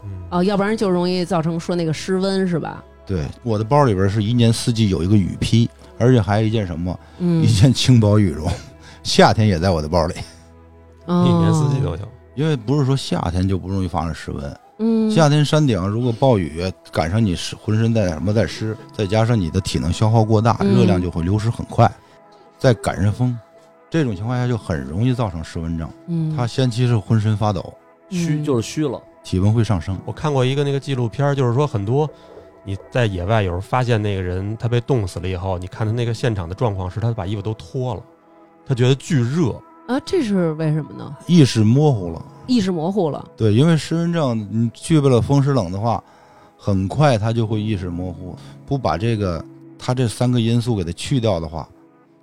B: 嗯
A: 啊、哦要不然就容易造成说那个失温是吧？
D: 对，我的包里边是一年四季有一个雨披，而且还有一件什么？
A: 嗯
D: 一，件轻薄羽绒， 夏天也在我的包里。
B: 一
A: 一
B: 年四季都有。
D: 因为不是说夏天就不容易发生湿温，
A: 嗯，
D: 夏天山顶如果暴雨赶上你湿浑身带什么带湿，再加上你的体能消耗过大，
A: 嗯
D: 热量就会流失很快，再赶上风，这种情况下就很容易造成湿温症。
A: 嗯，
D: 它先期是浑身发抖，
E: 虚，
A: 嗯
E: 就是虚了。
D: 体温会上升。
B: 我看过一个那个纪录片儿，就是说很多你在野外有时候发现那个人他被冻死了以后，你看他那个现场的状况是他把衣服都脱了，他觉得巨热，
A: 啊，这是为什么呢？
D: 意识模糊了，
A: 意识模糊了，
D: 对，因为湿温症你具备了风湿冷的话，很快它就会意识模糊。不把这个它这三个因素给它去掉的话，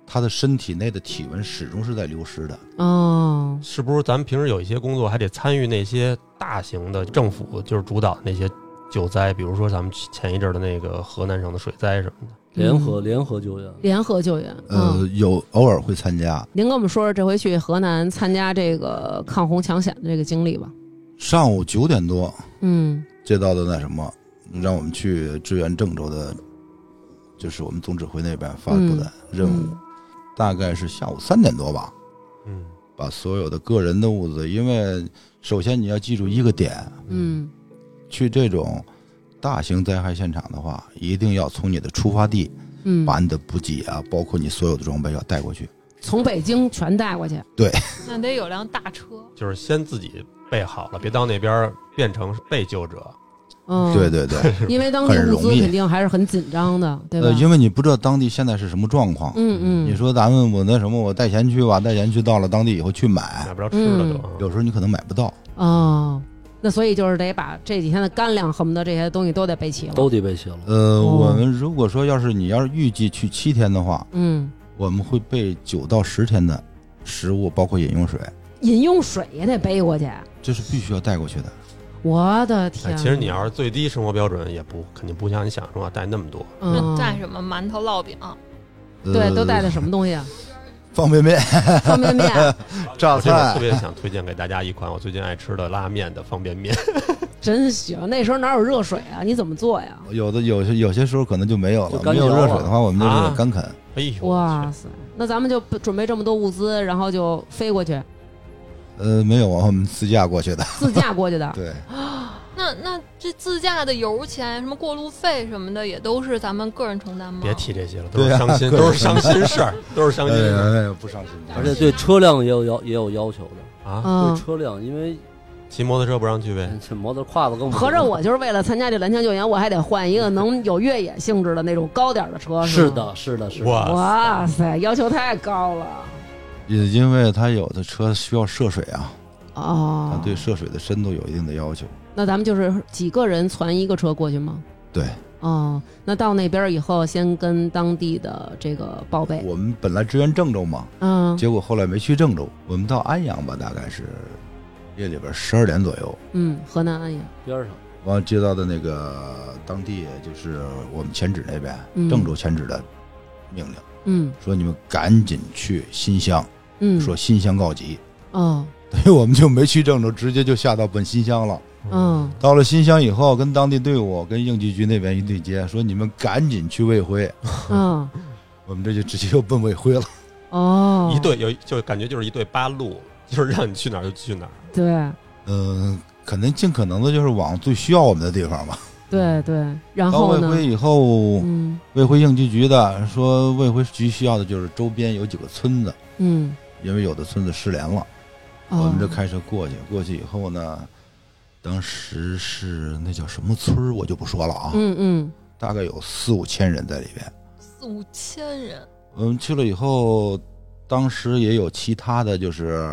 D: 他的身体内的体温始终是在流失的。
A: 哦，
B: 是不是？咱们平时有一些工作还得参与那些大型的政府就是主导的那些救灾，比如说咱们前一阵儿的那个河南省的水灾什么的。
E: 联合
A: 嗯
E: 联合救援，
A: 联合救援，
D: 呃，
A: 嗯，
D: 有偶尔会参加。
A: 您跟我们说说这回去河南参加这个抗洪抢险的这个经历吧。
D: 上午九点多
A: 嗯
D: 接到的那什么，让我们去支援郑州的，就是我们总指挥那边发布的任务。
A: 嗯
D: 大概是下午三点多吧，
B: 嗯，
D: 把所有的个人的物资，因为首先你要记住一个点，
A: 嗯
D: 去这种大型灾害现场的话，一定要从你的出发地
A: 嗯，
D: 把你的补给啊，包括你所有的装备要带过去。
A: 从北京全带过去。
C: 那得有辆大车。
B: 就是先自己备好了，别到那边儿变成被救者。
A: 嗯，
D: 对，对对，
A: 因为当地
D: 很
A: 物
D: 容
A: 资
D: 易
A: 肯定还是很紧张的，对吧
D: 呃，？因为你不知道当地现在是什么状况。
A: 嗯嗯，
D: 你说咱们我那什么，我带钱去吧，带钱去到了当地以后去买，
B: 买不着吃的
A: 嗯
B: 都。嗯
D: 有时候你可能买不到。
A: 哦，那所以就是得把这几天的干粮，恨不得这些东西都得备齐了。
E: 都得被卸了。
D: 呃，
A: 哦
D: 我们如果说要是你要是预计去七天的话，
A: 嗯，
D: 我们会备九到十天的食物，包括饮用水，
A: 饮用水也得背过去。
D: 这是必须要带过去的。
A: 我的
B: 哎，
A: 天！
B: 其实你要是最低生活标准，也不肯定不像你想中要带那么多。
A: 嗯
C: 那带什么馒头、烙饼？
D: 呃、
A: 对，都带的什么东西啊？
D: 方便面、
A: 方便 面、
D: 榨
B: 我现在特
D: 菜。
B: 别想推荐给大家一款我最近爱吃的拉面的方便面，
A: 真行，那时候哪有热水啊？你怎么做呀？
D: 有的有些有些时候可能就没有
E: 就
D: 了，
E: 干
D: 没有
E: 嚼
D: 热
E: 了啊
D: 水的话，我们就是干啃。
B: 哎呦，我
A: 哇
B: 去
A: 塞，那咱们就准备这么多物资，然后就飞过去，
D: 呃，没有啊，我们自驾过去 的。。
A: 自驾过去的
D: 对，
C: 那那这自驾的油钱、什么过路费什么的，也都是咱们个人承担吗？
B: 别提这些了，都是
D: 对啊
B: 伤心，
D: 各
B: 都
D: 种
B: 是伤心事儿，都是伤
D: 哎
B: 心事儿
D: 呀，哎呀，不伤心。
E: 而且对车辆也有要也有要求的，
B: 啊！
A: 嗯
E: 对，车辆，因为
B: 骑摩托车不让去呗，
E: 这摩托胯子更不行
A: 合着我就是为了参加这蓝枪救援，我还得换一个能有越野性质的那种高点儿的车。
E: 是
A: 吗，
E: 的，是的，
D: 嗯
E: 是的，
B: 哇塞，
A: 哇塞，要求太高了。
D: 也因为它有的车需要涉水啊，它
E: 啊
A: 哦，
D: 对涉水的深度有一定的要求。
A: 那咱们就是几个人攒一个车过去吗？
D: 对，
A: 哦，那到那边儿以后，先跟当地的这个报备。
D: 我们本来支援郑州嘛，
A: 嗯
D: 结果后来没去郑州，我们到安阳吧，大概是夜里边十二点左右，
A: 嗯，河南安阳。
E: 边上
D: 完了接到的那个当地就是我们前指那边
A: 嗯
D: 郑州前指的命令，
A: 嗯
D: 说你们赶紧去新乡，
A: 嗯，
D: 说新乡告急，
A: 哦，
D: 所以我们就没去郑州，直接就下到本新乡了。
A: 嗯，
D: 到了新乡以后，跟当地队伍、跟应急局那边一对接，说你们赶紧去卫辉，
A: 嗯，
D: 我们这就直接又奔卫辉了。
A: 哦，
B: 一队有就感觉就是一队八路，就是让你去哪儿就去哪儿。
A: 对
D: 嗯、可能尽可能的就是往最需要我们的地方吧。
A: 对对，然
D: 到
A: 后
D: 卫
A: 呢？
D: 辉以后，
A: 嗯
D: 卫辉应急局的说，卫辉局需要的就是周边有几个村子，
A: 嗯，
D: 因为有的村子失联了，
A: 哦
D: 我们就开车过去。过去以后呢，当时是那叫什么村儿，我就不说了啊，
A: 嗯嗯
D: 大概有四五千人在里边。
C: 四五千人，
D: 我嗯们去了以后，当时也有其他的就是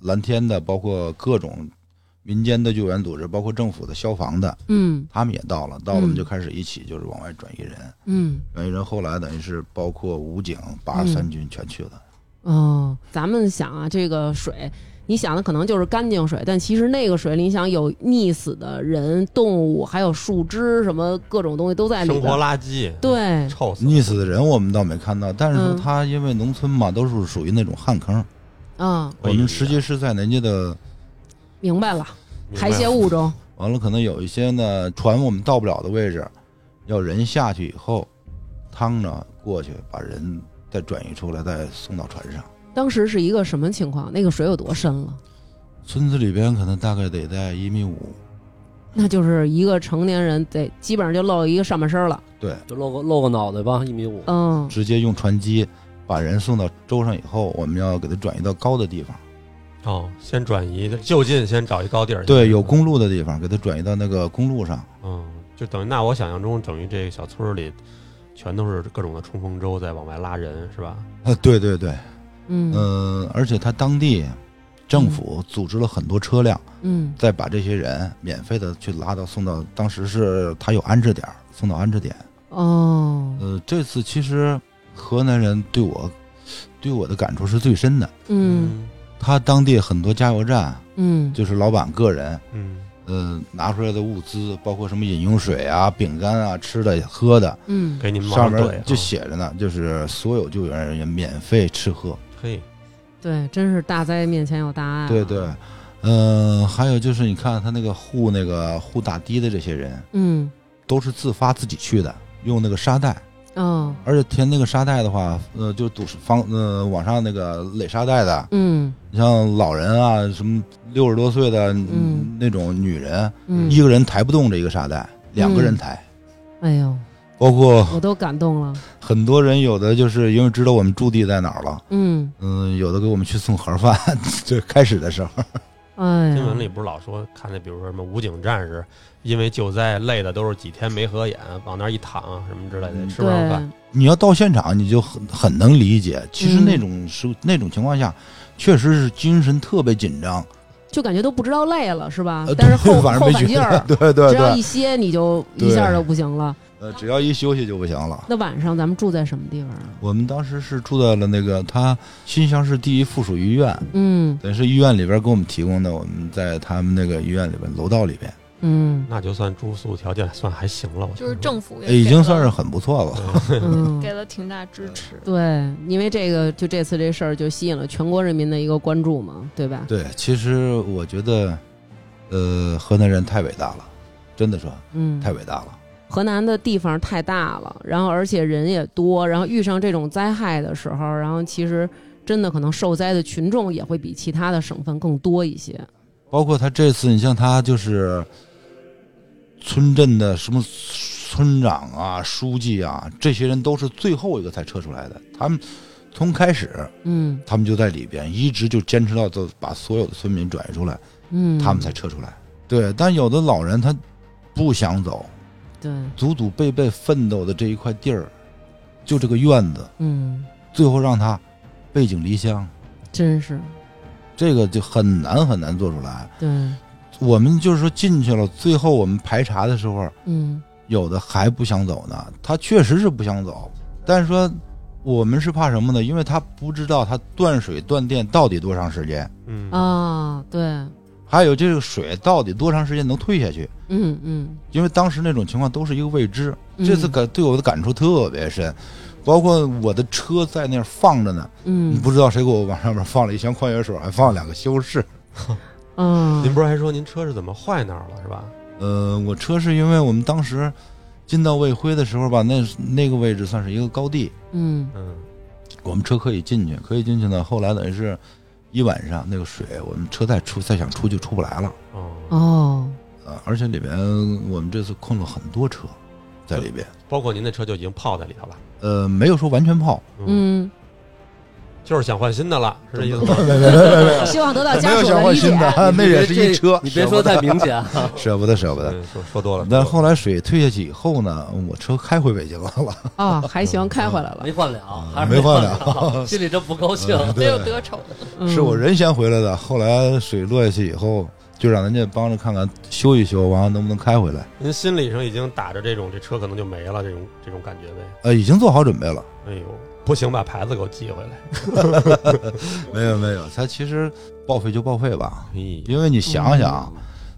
D: 蓝天的，包括各种民间的救援组织，包括政府的、消防的，
A: 嗯
D: 他们也到了。到了我们
A: 嗯
D: 就开始一起就是往外转移人，
A: 嗯，
D: 转移人后来等于是包括武警、八十三军全去了。
A: 哦，咱们想啊，这个水，你想的可能就是干净水，但其实那个水里，你想有溺死的人、动物，还有树枝什么各种东西都在里
B: 生活
A: 边。
B: 垃圾，，
A: 对，
B: 臭死了。
D: 溺死的人我们倒没看到，但是说
A: 嗯
D: 他因为农村嘛，都是属于那种旱坑。
A: 嗯，
B: 哎呀
D: 我们实际是在人家的，
A: 明白了，
B: 明白
A: 排泄物中，
D: 完了可能有一些呢船我们到不了的位置，要人下去以后，趟着过去把人再转移出来，再送到船上。
A: 当时是一个什么情况？那个水有多深了？
D: 村子里边可能大概得在一米五，
A: 那就是一个成年人得基本上就露一个上半身了。
D: 对，
E: 就露个露个脑袋吧，一米五。
A: 嗯，
D: 直接用船机把人送到舟上以后，我们要给他转移到高的地方，
B: 哦，先转移，就近先找一高地儿。
D: 对，有公路的地方给他转移到那个公路上。
B: 嗯，就等于那我想象中，等于这个小村儿里全都是各种的冲锋舟在往外拉人，是吧？
D: 啊，对对对，
A: 嗯
D: 嗯、而且他当地政府组织了很多车辆，
A: 嗯
D: 再把这些人免费的去拉到送到，当时是他有安置点儿，送到安置点。
A: 哦
D: 呃，这次其实河南人对我对我的感触是最深的。
A: 嗯
D: 他当地很多加油站，
A: 嗯
D: 就是老板个人，
B: 嗯，
D: 呃，拿出来的物资，包括什么饮用水啊、饼干啊、吃的、喝的，
A: 嗯
B: 给你们
D: 上
B: 往怼
D: 面
B: 啊
D: 就写着呢，就是所有救援人员免费吃喝。
B: 嘿，
A: 对，真是大灾面前有大啊爱、
D: 对对，，呃，还有就是你看他那个护那个护打的的这些人，
A: 嗯
D: 都是自发自己去的，用那个沙袋，
A: 哦
D: 而且填那个沙袋的话，呃，就堵防呃往上那个垒沙袋的，
A: 嗯
D: 你像老人啊，什么六十多岁的、
A: 嗯
D: 那种女人，
A: 嗯，
D: 一个人抬不动这一个沙袋，两个人抬，
A: 哎呦，
D: 包括
A: 我都感动了。
D: 很多人有的就是因为知道我们驻地在哪儿了，
A: 嗯，
D: 嗯，有的给我们去送盒饭， 这开始的时候，
A: 哎呀，
B: 新闻里不是老说看那，比如说什么武警战士，因为救灾累的都是几天没合眼，往那儿一躺什么之类的，
D: 嗯
B: 吃
A: 对
B: 不上饭。
D: 你要到现场，你就很很能理解。其实
A: 嗯
D: 那种时、那种情况下，确实是精神特别紧 张，
A: 就感觉都不知道累了是吧
D: 呃？
A: 但是
D: 对
A: 后
D: 反正
A: 后
D: 没
A: 反
D: 觉
A: 劲
D: 得
A: 儿，，
D: 对对
A: 只要
D: 对
A: 一，歇你就一
D: 对
A: 下就不行了。
D: 呃，只要一休息就不行了。
A: 那晚上咱们住在什么地方啊？
D: 我们当时是住在了那个他新乡市第一附属医院，
A: 嗯
D: 等于是医院里边给我们提供的，我们在他们那个医院里边楼道里边，
A: 嗯
B: 那就算住宿条件算还行了，我觉
C: 就
B: 得
C: 是政府也
D: 哎已
C: 给
D: 经
C: 了
D: 算是很不错了。
A: 嗯
C: 给，了挺大支持。
A: 对，因为这个就这次这事儿就吸引了全国人民的一个关注嘛，对吧？
D: 对，其实我觉得，呃，河南人太伟大了，真的说
A: 嗯，
D: 太伟大了。
A: 河南的地方太大了，然后而且人也多，然后遇上这种灾害的时候，然后其实真的可能受灾的群众也会比其他的省份更多一些。
D: 包括他这次，你像他就是村镇的什么村长啊、书记啊，这些人都是最后一个才撤出来的。他们从开始，
A: 嗯
D: 他们就在里边，一直就坚持到就把所有的村民转移出来，
A: 嗯，
D: 他们才撤出来。对，但有的老人他不想走，
A: 对，
D: 祖祖辈辈奋斗的这一块地儿，就这个院子，
A: 嗯，
D: 最后让他背井离乡，
A: 真是
D: 这个就很难很难做出来。
A: 对，嗯
D: 我们就是说进去了，最后我们排查的时候，
A: 嗯
D: 有的还不想走呢，他确实是不想走，但是说我们是怕什么呢？因为他不知道他断水断电到底多长时间，
B: 嗯，
A: 啊，对，
D: 还有这个水到底多长时间能退下去，
A: 嗯嗯，
D: 因为当时那种情况都是一个未知。
A: 嗯
D: 这次感对我的感触特别深，包括我的车在那儿放着呢，
A: 嗯
D: 不知道谁给我往上面放了一箱矿泉水，还放了两个西红柿，
A: 嗯，
B: 您不是还说您车是怎么坏那儿了是吧？
D: 呃，我车是因为我们当时进到卫辉的时候吧，那那个位置算是一个高地，
A: 嗯
B: 嗯，
D: 我们车可以进去，可以进去呢。后来等于是一晚上那个水，我们车再出再想出就出不来了。
B: 哦，
A: 哦，
D: 呃，而且里边我们这次空了很多车，在里边，
B: 包括您那车就已经泡在里头了，
D: 呃，没有说完全泡，
A: 嗯，
B: 就是想换新的了，是这意思
D: 没
B: 吗？
D: 没没没没，
A: 希望得到
D: 没
A: 家
D: 有
A: 属
D: 想
A: 的
D: 换
A: 理解
D: 新。的， 啊那也是
E: 这
D: 一车。
E: 啊你别说太明显啊，
D: 舍不得，舍不得，舍不得。
B: 嗯说说多了，
D: 但后来水退下去以后呢，我车开回北京了了，
A: 啊，还行，开回来了
E: 没。换了，还是
D: 啊没换
E: 了，
D: 了
E: 心里真不高兴。
D: 嗯
C: 没有
D: 对，
C: 得逞，
A: 嗯
D: 是我人先回来的。后来水落下去以后，就让人家帮着看看修一修，完了能不能开回来。
B: 您心理上已经打着这种这车可能就没了这种这种感觉呗。
D: 呃，已经做好准备了。
B: 哎呦，不行，把牌子给我寄回来。
D: 没有没有，他其实报废就报废吧，
B: 咦
D: 因为你想想
A: 嗯
D: 啊，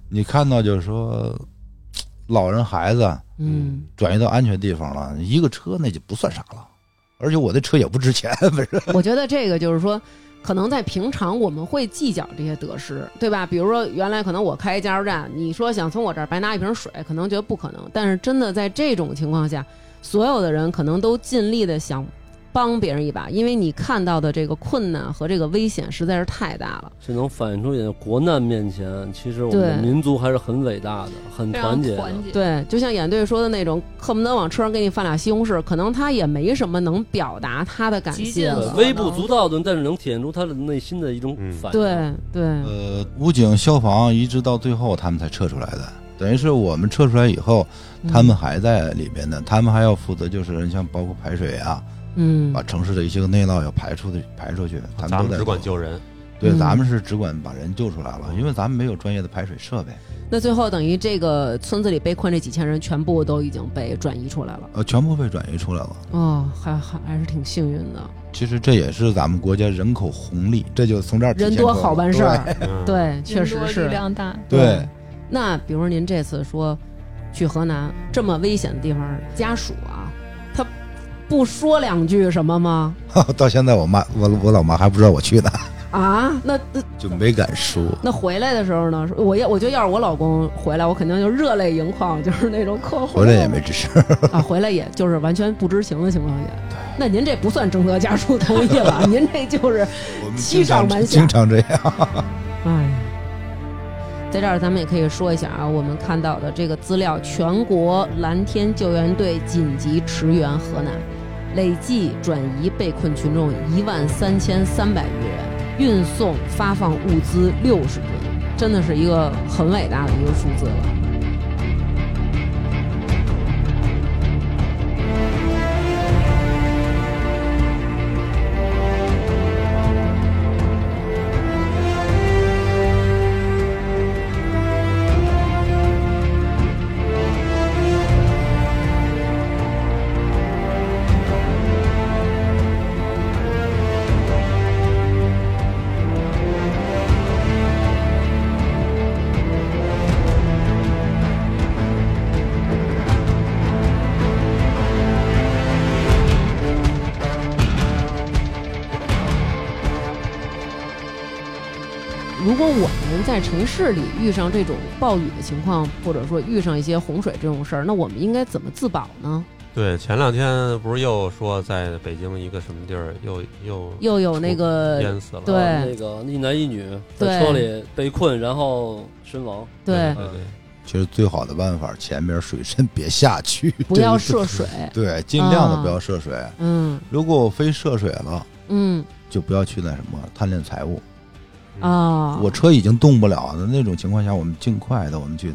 D: 你看到就是说，老人孩子
A: 嗯，
D: 转移到安全地方了，一个车那就不算啥了。而且我的车也不值钱，不是？
A: 我觉得这个就是说，可能在平常我们会计较这些得失，对吧？比如说，原来可能我开一加油站，你说想从我这儿白拿一瓶水，可能觉得不可能。但是真的在这种情况下，所有的人可能都尽力的想帮别人一把，因为你看到的这个困难和这个危险实在是太大了。
E: 这能反映出一点，国难面前，其实我们的
A: 对
E: 民族还是很伟大的，很
C: 非常
E: 团结的。
C: 团结。
A: 啊对，就像演队说的那种，恨不得往车上给你放俩西红柿，可能他也没什么能表达他的感
C: 极
A: 谢
C: 尽
E: 对
A: 了
C: 了。
E: 微不足道的，但是能体现出他的内心的一种
B: 嗯
E: 反应。
A: 对对，
D: 呃，武警、消防一直到最后他们才撤出来的，等于是我们撤出来以后，他
A: 嗯
D: 们还在里边呢，他们还要负责就是像包括排水啊，
A: 嗯
D: 把城市的一些内涝要排出的排出去，咱
B: 咱
D: 们都
B: 们
D: 在
B: 只管
D: 做
B: 救人，
D: 对，
A: 嗯
D: 咱们是只管把人救出来了，因为咱们没有专业的排水设备，
A: 那最后等于这个村子里被困这几千人全部都已经被转移出来了。
D: 呃，全部被转移出来了。
A: 哦，还还还是挺幸运的，
D: 其实这也是咱们国家人口红利，这就从这儿体现
A: 人
D: 出
A: 多
D: 来了
A: 好办事儿。
B: 嗯，
A: 对，确
C: 人
A: 实
C: 多力
A: 是。
C: 量大，
D: 对对，
A: 那比如说您这次说去河南这么危险的地方，家属啊，他不说两句什么吗？
D: 到现在我妈我我老妈还不知道我去哪，
A: 啊，那那
D: 就没敢说。
A: 那回来的时候呢？我要我觉得要是我老公回来，我肯定就热泪盈眶，就是那种客户
D: 回来也没吱声，
A: 啊，回来也就是完全不知情的情况下。那您这不算征得家属同意了，您这就是
D: 我们
A: 欺
D: 经
A: 上
D: 常
A: 瞒下
D: 经常这样。
A: 哎呀，在这儿咱们也可以说一下啊，我们看到的这个资料，全国蓝天救援队紧急驰援河南，累计转移被困群众一万三千三百余人，运送发放物资六十吨，真的是一个很伟大的一个数字了。如果我们在城市里遇上这种暴雨的情况，或者说遇上一些洪水这种事儿，那我们应该怎么自保呢？
B: 对，前两天不是又说在北京一个什么地儿又又
A: 又有那个
B: 淹死了，啊
A: 对
E: 那个一男一女在车里被困，然后身亡。
A: 对，
B: 对对，
D: 其实最好的办法，前面水深别下去，
A: 不要涉水。啊
D: 对，尽量的不要涉水。
A: 嗯
D: 如果我非涉水了，
A: 嗯
D: 就不要去那什么贪恋财物。
B: 嗯
A: 啊，
D: 我车已经动不了的那种情况下，我们尽快的我们去，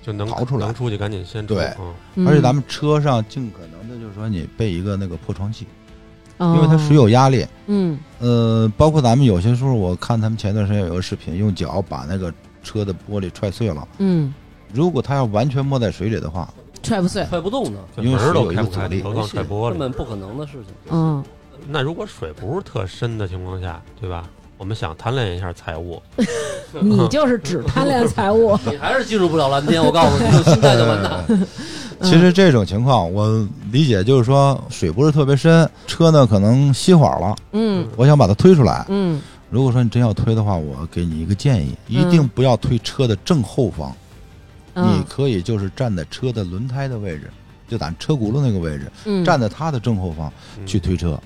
B: 就能
D: 逃出来
B: 能出去赶紧先出
D: 对
B: 嗯
A: 嗯
D: 而且咱们车上尽可能的就是说你备一个那个破窗器，
A: 哦
D: 因为它水有压力。
A: 嗯
D: 呃，包括咱们有些时候，我看他们前段时间有个视频，用脚把那个车的玻璃踹碎了。
A: 嗯
D: 如果它要完全没在水里的话，
A: 踹不碎，
E: 踹不动的，
B: 这
D: 因为
B: 门儿都
D: 水有一
B: 开
D: 个
B: 不开，
D: 阻力
B: 何况踹玻
E: 根
B: 璃。
E: 本不可能的事情。
A: 嗯
B: 那如果水不是特深的情况下，对吧？我们想贪恋一下财物，
A: 你就是只贪恋财 物，
E: 你还是进入不了蓝天，我告诉你，就现在就完蛋。
A: 嗯
D: 其实这种情况我理解就是说水不是特别深，车呢可能熄火了，
A: 嗯
D: 我想把它推出来，
A: 嗯
D: 如果说你真要推的话，我给你一个建议，一定不要推车的正后方，你
A: 嗯
D: 可以就是站在车的轮胎的位置，就咱车轱辘那个位置，
A: 嗯
D: 站在它的正后方
B: 嗯
D: 去推车。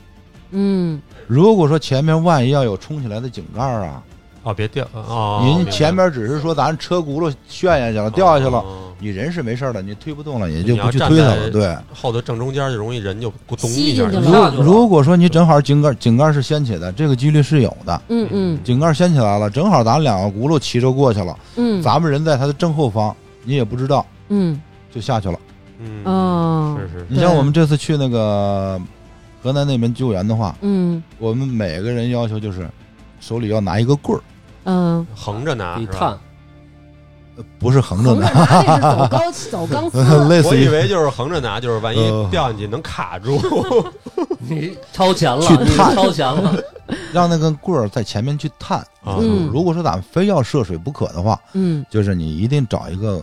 A: 嗯
D: 如果说前面万一要有冲起来的井盖儿啊，
B: 哦，别掉哦，明
D: 您
B: 白
D: 前面只是说咱车轱辘陷下去了，掉下去了，
B: 哦
D: 你人是没事儿的，你推不动了，也
B: 你
D: 就
B: 要
D: 不去
B: 站
D: 推它
B: 在
D: 了。对，
B: 后头正中间就容易人就咕咚
A: 吸
B: 一
A: 进
B: 下
A: 去了
B: 就
E: 如
A: 上
E: 果
D: 如果说你正好井盖井盖是掀起的，这个几率是有的。
A: 嗯嗯
D: 井盖掀起来了，正好咱两个轱辘骑着过去了，
A: 嗯，
D: 咱们人在它的正后方，你也不知道
A: 嗯
D: 就下去了。
B: 嗯
A: 哦
B: 是是
D: 你像我们这次去那个河南那边救援的话，
A: 嗯
D: 我们每个人要求就是手里要拿一个棍儿，
A: 嗯，
B: 横着拿，
E: 你
B: 是吧
E: 看，
D: 呃不是横着
A: 横着
D: 拿，
A: 拿那是走高走钢丝 的，
D: 类
B: 我
D: 似
B: 以
D: 于
B: 为就是横着拿，就是万一
D: 呃
B: 掉进去能卡住。
E: 你超前了，
D: 去
E: 你
D: 探
E: 超前了，
D: 让那根棍儿在前面去探。
B: 啊
A: 嗯
D: 如果说咱们非要涉水不可的话，
A: 嗯
D: 就是你一定找一个，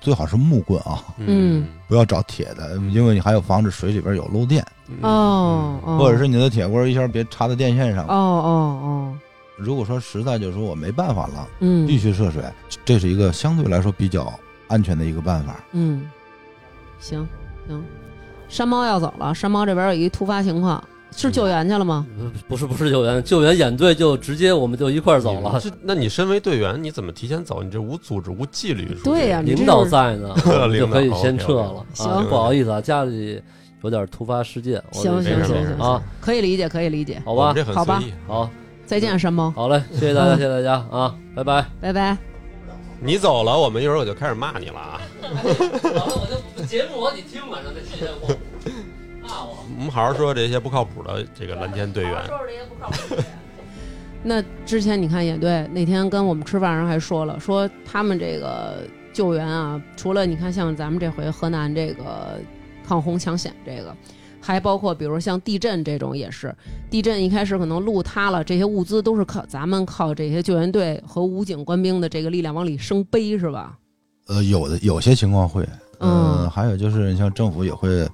D: 最好是木棍啊，
A: 嗯
D: 不要找铁的，因为你还有防止水里边有漏电，
B: 嗯
A: 哦，哦，
D: 或者是你的铁棍儿一下别插在电线上
A: 哦。哦哦，
D: 如果说实在就是说我没办法了，
A: 嗯
D: 必须涉水，这是一个相对来说比较安全的一个办法。
A: 嗯，行行，山猫要走了，山猫这边有一突发情况，是救援去了吗？
E: 不是不是救援，救援演队就直接我们就一块儿走了，
B: 这那你身为队员，你怎么提前走？你这无组织无纪律。是不是
A: 对呀你这
E: 领导在呢，我
B: 哦
E: 们就可以先撤了。
A: 行
E: 啊，不好意思啊，家里有点突发事件，我
A: 行
E: 得
B: 没
A: 行
B: 事没
A: 行
B: 事
A: 行
E: 啊，
A: 可以理解，可以理解。
E: 好
B: 我们
E: 吧，
B: 这很
A: 好吧
B: 随意。
E: 好，
A: 再见，山猫，
E: 好嘞，谢谢大家，
A: 嗯
E: 谢谢大家啊，拜拜。
A: 拜拜。
B: 你走了，我们一会儿我就开始骂你了啊！
E: 好了，我就节目我得听，晚上再谢谢我，骂我。
B: 我们好好说这些不靠谱的这个蓝天队员。
A: 那之前你看也对，那天跟我们吃饭人还说了，说他们这个救援啊，除了你看像咱们这回河南这个抗洪抢险这个，还包括比如像地震这种也是，地震一开始可能路塌了，这些物资都是靠咱们靠这些救援队和武警官兵的这个力量往里生背是吧？
D: 呃，有的有些情况会，呃
A: 嗯
D: 还有就是像政府也会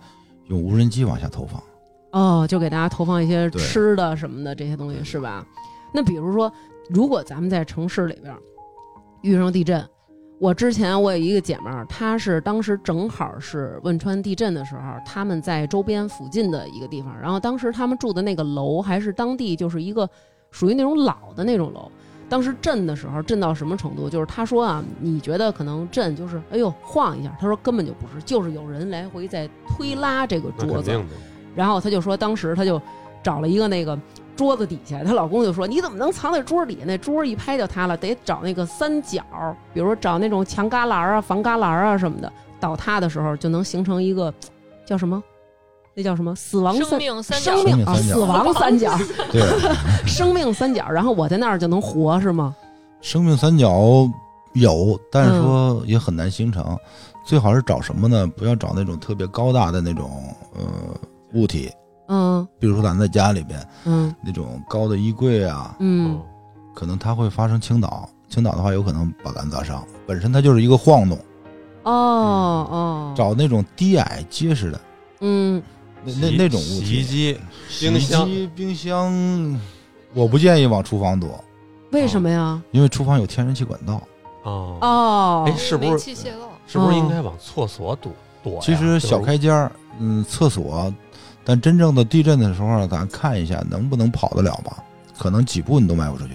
D: 用无人机往下投放。
A: 哦，就给大家投放一些
D: 对
A: 吃的什么的这些东西是吧？那比如说，如果咱们在城市里边儿遇上地震，我之前我有一个姐们儿，她是当时正好是汶川地震的时候，他们在周边附近的一个地方，然后当时他们住的那个楼还是当地就是一个属于那种老的那种楼。当时震的时候，震到什么程度？就是她说啊，你觉得可能震就是哎呦晃一下，她说根本就不是，就是有人来回在推拉这个
B: 那
A: 桌
B: 肯
A: 子，
B: 定的，
A: 然后她就说，当时她就找了一个那个桌子底下，她老公就说：“你怎么能藏在桌底下？那桌一拍就塌了，得找那个三角，比如说找那种墙旮旯啊、防旮旯啊什么的，倒塌的时候就能形成一个叫什么？那叫什么？死亡
C: 生
A: 三。”
C: 命三角
A: 生命啊，
D: 生命三角
A: 死亡三角，
D: 对，
A: 生命三角，然后我在那儿就能活是吗？
D: 生命三角有，但是说也很难形成。最好是找什么呢？不要找那种特别高大的那种呃物体，
A: 嗯
D: 比如说咱在家里边
A: 嗯
D: 那种高的衣柜啊，
A: 嗯
D: 可能它会发生倾倒。倾倒的话，有可能把咱砸伤。本身它就是一个晃动，
A: 哦哦，
D: 找那种低矮结实的
A: 嗯
D: 那
B: 嗯
D: 那那种
B: 洗
D: 物
B: 洗衣
D: 体。
B: 机、
D: 洗
B: 冰箱
D: 衣机、冰箱，我不建议往厨房躲，
A: 为什么呀？
D: 因为厨房有天然气管道。
B: 哦，
A: 哦
B: 哎，是不
C: 煤
B: 是
C: 气泄漏，
A: 啊
B: 是不是应该往厕所躲躲呀？
D: 其实小
B: 就是
D: 开间儿，嗯，厕所，但真正的地震的时候，咱看一下能不能跑得了吧？可能几步你都迈不出去。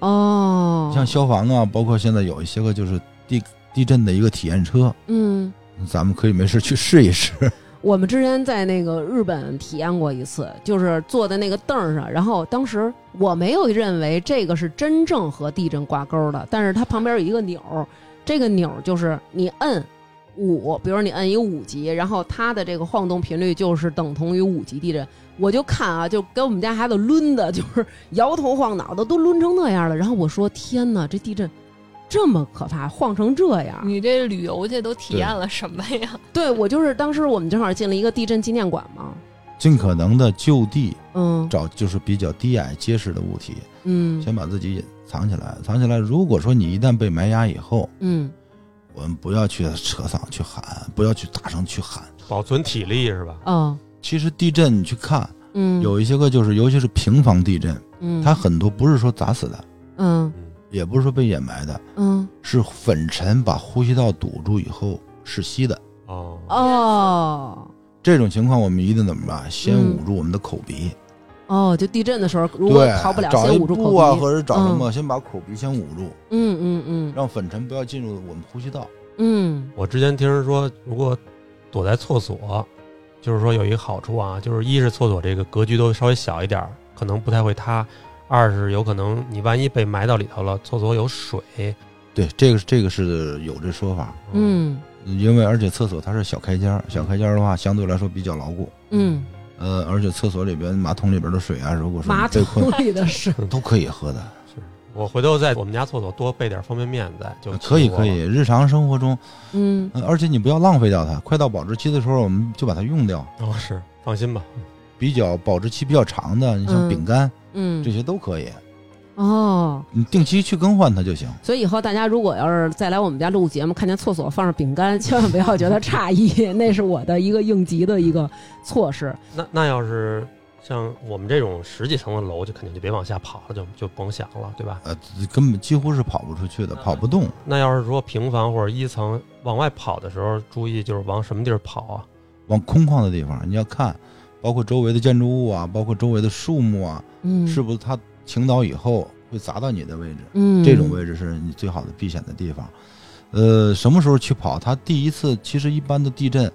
A: 哦，
D: 像消防啊，包括现在有一些个就是地地震的一个体验车，
A: 嗯
D: 咱们可以没事去试一试。
A: 我们之前在那个日本体验过一次，就是坐在那个凳儿上，然后当时我没有认为这个是真正和地震挂钩的，但是它旁边有一个钮儿，这个钮儿就是你摁五，比如你摁一五级，然后它的这个晃动频率就是等同于五级地震。我就看啊，就给我们家孩子抡的，就是摇头晃脑的，都抡成那样了。然后我说：“天哪，这地震这么可怕，晃成这样！”
C: 你这旅游去都体验了什么呀？
A: 对我就是当时我们正好进了一个地震纪念馆嘛。
D: 尽可能的就地
A: 嗯，
D: 找就是比较低矮结实的物体，
A: 嗯
D: 先把自己藏起来。藏起来，如果说你一旦被埋压以后，
A: 嗯
D: 我们不要去扯嗓去喊，不要去大声去喊。
B: 保存体力是吧？
A: 哦
D: 其实地震你去看，
A: 嗯，
D: 有一些个就是，尤其是平房地震，
A: 嗯，
D: 它很多不是说砸死的，
A: 嗯
B: 嗯
D: 也不是说被掩埋的，
A: 嗯
D: 是粉尘把呼吸道堵住以后窒息的。
B: 哦
A: 哦
D: 这种情况我们一定怎么办？先
A: 嗯
D: 捂住我们的口鼻，
A: 哦，就地震的时候，如果
D: 对，
A: 逃不了，
D: 找
A: 先
D: 一
A: 捂住口
D: 布啊，
A: 鼻。
D: 或者找什么，先把口鼻先捂住，
A: 嗯嗯嗯
D: 让粉尘不要进入我们呼吸道。
A: 嗯
B: 我之前听人说，如果躲在厕所，就是说有一个好处啊，就是一是厕所这个格局都稍微小一点儿，可能不太会塌；二是有可能你万一被埋到里头了，厕所有水，
D: 对，这个这个是有这说法，
A: 嗯
D: 因为而且厕所它是小开间儿，小开间儿的话相对来说比较牢固。
A: 嗯，
D: 呃，而且厕所里边马桶里边的水啊，如果说
A: 马
D: 你被困
A: 桶里的水，
D: 都可以喝的，
B: 我回头在我们家厕所多备点方便面在，就
D: 可以
B: 齐活了
D: 可以。。日常生活中，
A: 嗯
D: 呃而且你不要浪费掉它，快到保质期的时候我们就把它用掉。
B: 哦，是放心吧。
D: 比较保质期比较长的，你
A: 嗯
D: 像饼干这
A: 嗯
D: 些都可以，
A: 哦，
D: 你定期去更换它就行。
A: 所以以后大家如果要是再来我们家录节目，看见厕所放着饼干，千万不要觉得诧异，那是我的一个应急的一个措施。
B: 那那要是像我们这种十几层的楼，就肯定就别往下跑了，就就甭想了，对吧？
D: 呃，根本几乎是跑不出去的，跑不动。
B: 那要是说平房或者一层往外跑的时候，注意就是往什么地儿跑啊？
D: 往空旷的地方，你要看，包括周围的建筑物啊，包括周围的树木啊，
A: 嗯，
D: 是不是它倾倒以后会砸到你的位置？
A: 嗯
D: 这种位置是你最好的避险的地方。呃，什么时候去跑？它第一次其实一般的地震，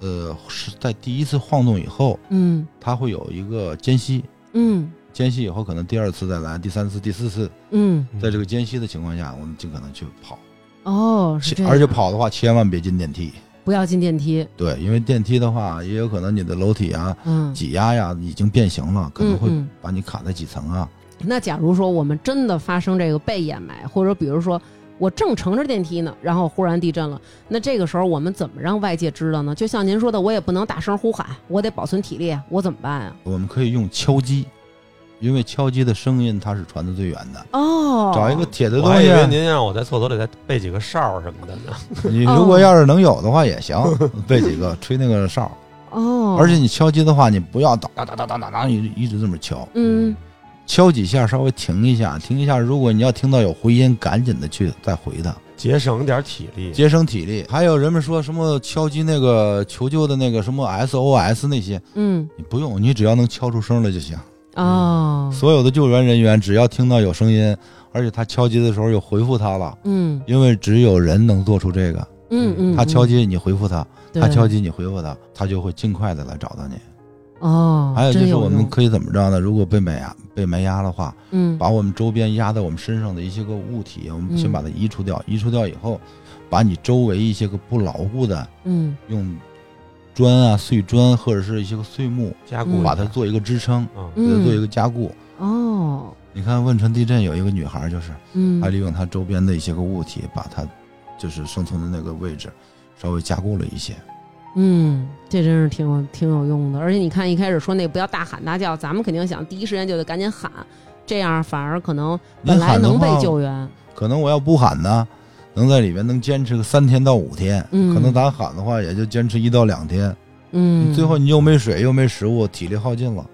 D: 呃，是在第一次晃动以后，
A: 嗯
D: 它会有一个间隙，
A: 嗯
D: 间隙以后可能第二次再来，第三次、第四次，
A: 嗯
D: 在这个间隙的情况下，我们尽可能去跑。
A: 哦，是这样，
D: 而且跑的话，千万别进电梯，
A: 不要进电梯。
D: 对，因为电梯的话，也有可能你的楼体啊、
A: 嗯，
D: 挤压呀已经变形了，可能会
A: 嗯嗯
D: 把你卡在几层啊。
A: 那假如说我们真的发生这个被掩埋，或者比如说我正乘着电梯呢，然后忽然地震了，那这个时候我们怎么让外界知道呢？就像您说的，我也不能大声呼喊，我得保存体力，啊我怎么办呀、
D: 我们可以用敲击，因为敲击的声音它是传得最远的。
A: 哦，
D: 找一个铁的
B: 我
D: 东
B: 还以
D: 西，啊
B: 为您让我在厕所里再备几个哨儿什么的呢。
D: 你如
A: 哦
D: 果要是能有的话 也行，备几个吹那个哨儿。
A: 哦，
D: 而且你敲击的话，你不要哒哒哒哒哒哒哒一一直这么敲，
A: 嗯
D: 敲几下稍微停一下，停一下。如果你要听到有回音，赶紧的去再回它，
B: 节省点体力。
D: 节省体力。还有人们说什么敲击那个求救的那个什么 SOS 那些，
A: 嗯
D: 你不用，你只要能敲出声来就行。
A: 哦，
D: 嗯所有的救援人员只要听到有声音，而且他敲击的时候又回复他了，
A: 嗯
D: 因为只有人能做出这个。
A: 嗯嗯，
D: 他敲击你回复他，
A: 对
D: 他敲击你回复他，他就会尽快的来找到你。
A: 哦，
D: 还有就
A: 真
D: 是我们
A: 用
D: 可以怎么着呢？如果被埋压被埋压的话，
A: 嗯
D: 把我们周边压在我们身上的一些个物体，我们
A: 嗯
D: 先把它移除掉。移除掉以后，把你周围一些个不牢固的，
A: 嗯
D: 用砖啊、碎砖或者是一些个碎木，
B: 加
A: 嗯
B: 固
D: 把它做一个支撑，
B: 嗯
D: 给它做一
A: 嗯
D: 个加固。
A: 哦
D: 你看汶川地震有一个女孩，就是
A: 嗯
D: 她利用她周边的一些个物体，把她就是生存的那个位置稍微加固了一些。
A: 嗯，这真是挺有挺有用的。而且你看，一开始说那不要大喊大叫，咱们肯定想第一时间就得赶紧喊，这样反而可能
D: 您
A: 本来
D: 喊的
A: 能被
D: 话
A: 救援。
D: 可能我要不喊呢，能在里边能坚持个三天到五天，
A: 嗯
D: 可能咱喊的话也就坚持一到两天，
A: 嗯，
D: 最后你又没水又没食物，体力耗尽了。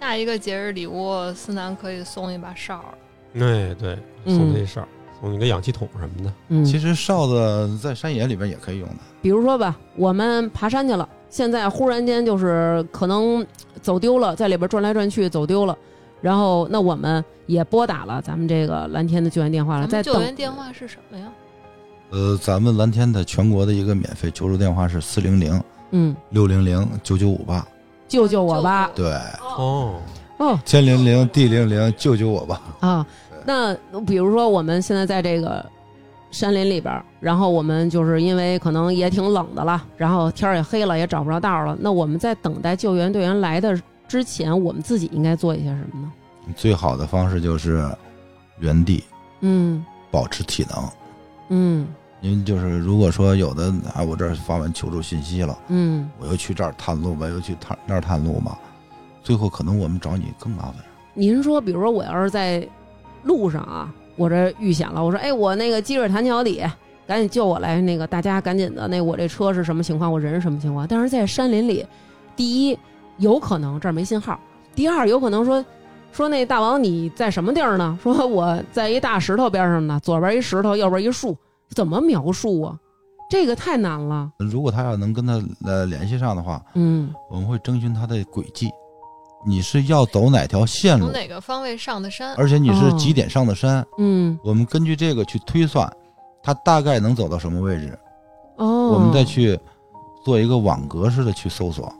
C: 下一个节日礼物，思南可以送一把哨
A: 啊
C: 儿。
B: 对嗯哎对，
C: 嗯
B: 送他一哨儿，送你个氧气筒什么的。
A: 嗯，
D: 其实哨子在山野里边也可以用的，
A: 比如说吧，我们爬山去了，现在忽然间就是可能走丢了，在里边转来转去走丢了，然后那我们也拨打了咱们这个蓝天的救援电话了，
C: 咱
A: 在
C: 们救
A: 等
C: 援电话是什么呀？
D: 呃，咱们蓝天的全国的一个免费求助电话是四零零
A: 嗯，
D: 六零零九九五八，
A: 救救我吧，
C: 救
D: 对，
B: 哦，
A: 哦
D: 天零零地零零救救我吧。
A: 啊，那比如说我们现在在这个山林里边儿，然后我们就是因为可能也挺冷的了，然后天儿也黑了，也找不着道儿了。那我们在等待救援队员来的之前，我们自己应该做一些什么呢？
D: 最好的方式就是原地
A: 嗯
D: 保持体能，
A: 嗯
D: 因为就是如果说有的啊，我这儿发完求助信息了。
A: 嗯，
D: 我又去这儿探路吧，又去探那儿探路吧，最后可能我们找你更麻烦。
A: 您说，比如说我要是在路上啊，我这遇险了，我说哎，我那个积水潭桥底。赶紧救我来！那个大家赶紧的，那我这车是什么情况？我人是什么情况？但是在山林里，第一，有可能这儿没信号；第二，有可能说说那大王你在什么地儿呢？ 说我在一大石头边上呢，左边一石头，右边一树，怎么描述啊？这个太难了。
D: 如果他要能跟他呃联系上的话，
A: 嗯，
D: 我们会征询他的轨迹，你是要走哪条线
C: 从
D: 路，
C: 哪个方位上的山？
D: 而且你是几点上的山，
A: 嗯，
D: 我们根据这个去推算，他大概能走到什么位置，
A: 哦，
D: 我们再去做一个网格式的去搜索。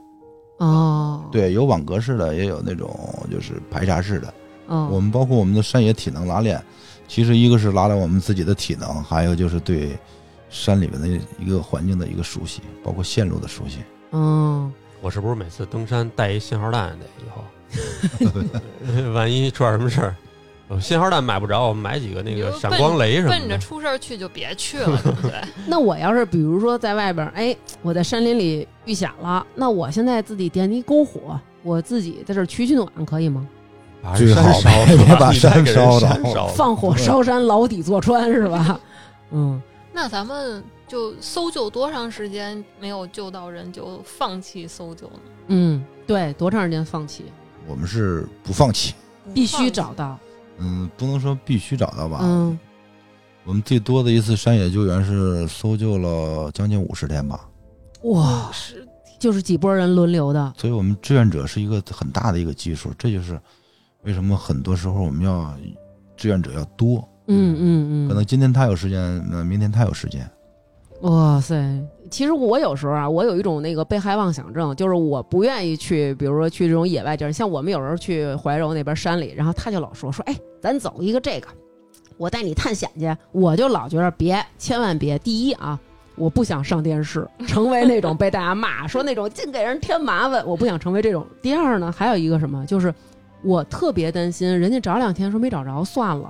A: 哦，，
D: 对，有网格式的，也有那种就是排查式的。
A: 哦，
D: 我们包括我们的山野体能拉练，其实一个是拉练我们自己的体能，还有就是对山里面的一个环境的一个熟悉，包括线路的熟悉。
A: 嗯，
B: 我是不是每次登山带一信号弹得以 后，万一出点什么事儿，我信号弹买不着，我们买几个那个闪光雷什么
C: 奔着
B: 的。
C: 出事儿去就别去了，对不对？
A: 那我要是比如说在外边儿，哎，我在山林里遇险了，那我现在自己点一篝火，我自己在这儿取取暖，可以吗？
B: 把
D: 最
B: 山
D: 好
B: 烧了
D: 别把
B: 你再
D: 山
B: 给人
D: 烧
B: 山
D: 着
B: 烧了
A: 放火烧山，牢底坐穿是 吧？嗯，
C: 那咱们就搜救多长时间没有救到人就放弃搜救呢？
A: 嗯，对，多长时间放弃？
D: 我们是不放弃，
A: 必须找到。
D: 嗯，不能说必须找到吧。
A: 嗯，
D: 我们最多的一次山野救援是搜救了将近五十天吧，
A: 哇，
C: 是
A: 就是几波人轮流的。
D: 所以我们志愿者是一个很大的一个基数，这就是为什么很多时候我们要志愿者要多，
A: 嗯嗯嗯，
D: 可能今天他有时间，那明天他有时间，
A: 哇塞！其实我有时候啊，我有一种那个被害妄想症，就是我不愿意去，比如说去这种野外地儿，像我们有时候去怀柔那边山里，然后他就老说说，哎，咱走一个这个，我带你探险去，我就老觉得别，千万别。第一啊，我不想上电视，成为那种被大家骂说那种净给人添麻烦，我不想成为这种。第二呢，还有一个什么，就是我特别担心人家找两天说没找着算了，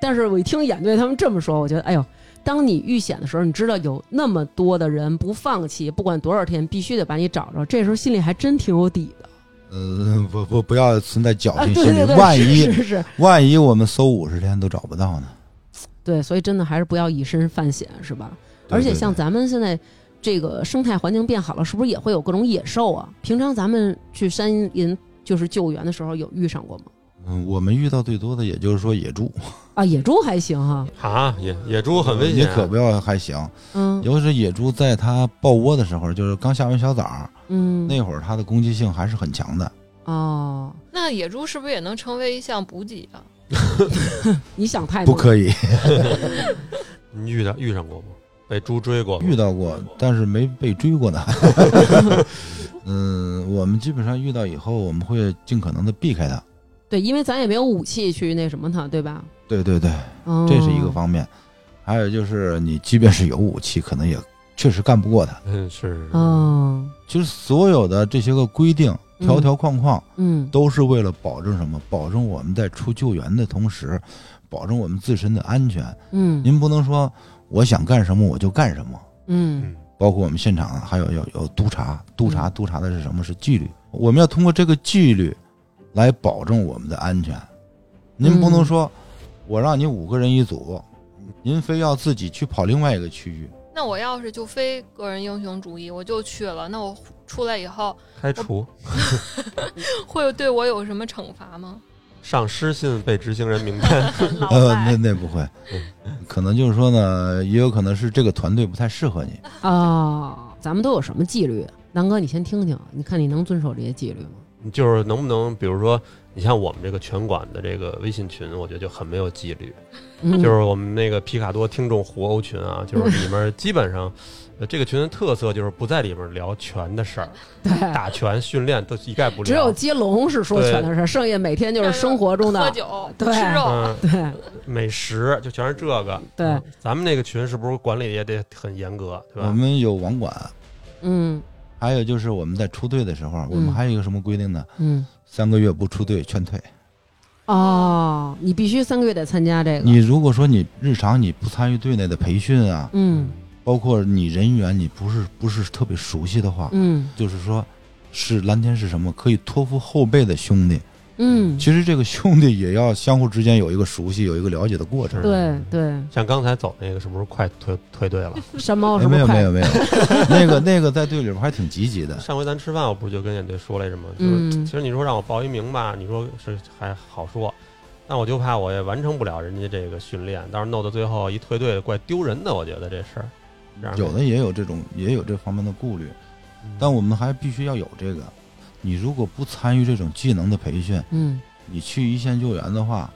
A: 但是我一听眼队他们这么说，我觉得哎呦。当你遇险的时候，你知道有那么多的人不放弃，不管多少天，必须得把你找着。这时候心里还真挺有底的
D: 呃，不不不要存在侥
A: 啊！
D: 幸
A: 对
D: 哦心理，
A: 对对，
D: 万
A: 是
D: 一
A: 是是是，
D: 万一我们搜五十天都找不到呢？
A: 对，所以真的还是不要以身犯险，是吧？
D: 对
A: 而且
D: 对
A: 像
D: 对
A: 咱们现在这个生态环境变好了，是不是也会有各种野兽啊？平常咱们去山林就是救援的时候，有遇上过吗？
D: 嗯，我们遇到最多的也就是说野猪，
A: 啊，野猪还行哈、
B: 啊！野野猪 很危
D: 你
B: 险，啊
D: 可不要还行，
A: 嗯
D: 尤其是野猪在它抱窝的时候，就是刚下完小崽儿
A: 嗯，
D: 那会儿，它的攻击性还是很强的。
A: 哦，
C: 那野猪是不是也能成为一项补给啊？
A: 你想太
D: 不
A: 多了，
D: 可以
B: 你遇到遇上过吗？被猪追过吗？
D: 遇到过，但是没被追过呢。 嗯，我们基本上遇到以后，我们会尽可能的避开它。
A: 对，因为咱也没有武器去那什么它，对吧？
D: 对对对，
A: 嗯，
D: 这是一个方面。还有就是，你即便是有武器，可能也确实干不过它。
B: 嗯，是
C: 哦
A: 嗯
D: 其实所有的这些个规定、
A: 嗯
D: 条条框框，
A: 嗯，
D: 都是为了保证什么？保证我们在出救援的同时，保证我们自身的安全。
A: 嗯，
D: 您不能说我想干什么我就干什么。
A: 嗯
B: 嗯，
D: 包括我们现场啊还有有有督察，督察督察的是什么？是纪律。我们要通过这个纪律来保证我们的安全。您不能说我让你五个人一组，您非要自己去跑另外一个区域。
C: 那我要是就非个人英雄主义，我就去了，那我出来以后
B: 开除
C: 会对我有什么惩罚吗？
B: 上失信被执行人名单。
C: 老
D: 呃，那
C: 外，
D: 那不会，可能就是说呢，也有可能是这个团队不太适合你。
A: 啊，咱们都有什么纪律？南哥，你先听听，你看你能遵守这些纪律吗？
B: 就是能不能，比如说，你像我们这个拳馆的这个微信群，我觉得就很没有纪律。
A: 嗯、
B: 就是我们那个皮卡多听众互殴群啊，就是里面基本上，呃，这个群的特色就是不在里面聊拳的事儿，
A: 对，
B: 打拳训练都一概不聊。
A: 嗯只有接龙是说全的事儿，剩下每天就是生活中
C: 喝
A: 的，
C: 酒、
A: 对
C: 吃肉，
B: 嗯，
A: 对
B: 美食就全是这个。
A: 对，
B: 咱们那个群是不是管理也得很严格，对
D: 我
B: 吧？
D: 们有网管，
A: 嗯
D: 还有就是我们在出队的时候，我
A: 嗯
D: 们还有一个什么规定呢？
A: 嗯，
D: 三个月不出队劝退。
A: 哦，你必须三个月得参加这个，
D: 你如果说你日常你不参与队内的培训啊，
A: 嗯
D: 包括你人员你不是不是特别熟悉的话，
A: 嗯
D: 就是说，是蓝天是什么可以托付后辈的兄弟，
A: 嗯，
D: 其实这个兄弟也要相互之间有一个熟悉，有一个了解的过程。
A: 对对，
B: 像刚才走那个，是不是快退退队了？
A: 山猫是不
D: 哎
A: 是
D: 没有没
A: 快？
D: 有 没有，那个那个在队里边还挺积极的，
B: 上回咱吃饭，我不是就跟演队说来着吗？就是、
A: 嗯
B: 其实你说让我报一名吧，你说是还好说，但我就怕我也完成不了人家这个训练，到时候弄到最后一退队，怪丢人的。我觉得这事儿，
A: 嗯
B: 让嗯
D: 有的也有这种也有这方面的顾虑，但我们还必须要有这个。你如果不参与这种技能的培训，
A: 嗯，
D: 你去一线救援的话，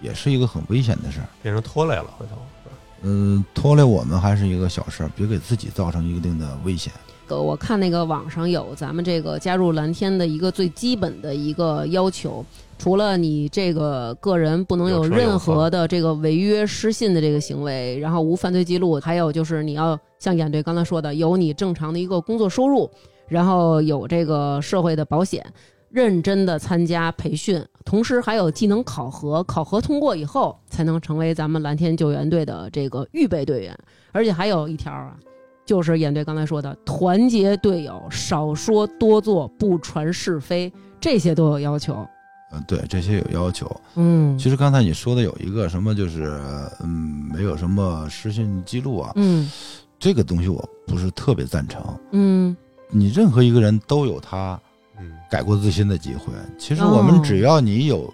D: 也是一个很危险的事儿。
B: 变成拖累了，回头是吧
D: 嗯，拖累我们还是一个小事儿，别给自己造成一定的危险。
A: 呃我看那个网上有咱们这个加入蓝天的一个最基本的一个要求，除了你这个个人不能有
B: 有车有
A: 任何的这个违约失信的这个行为，然后无犯罪记录，还有就是你要像演队刚才说的，有你正常的一个工作收入，然后有这个社会的保险。认真的参加培训，同时还有技能考核，考核通过以后才能成为咱们蓝天救援队的这个预备队员。而且还有一条啊，就是演队刚才说的，团结队友，少说多做，不传是非，这些都有要求。
D: 嗯，对，这些有要求。
A: 嗯
D: 其实刚才你说的有一个什么，就是嗯，没有什么失信记录啊，
A: 嗯
D: 这个东西我不是特别赞成。
A: 嗯
D: 你任何一个人都有他
B: 嗯，
D: 改过自新的机会。其实我们
A: 哦
D: 只要你有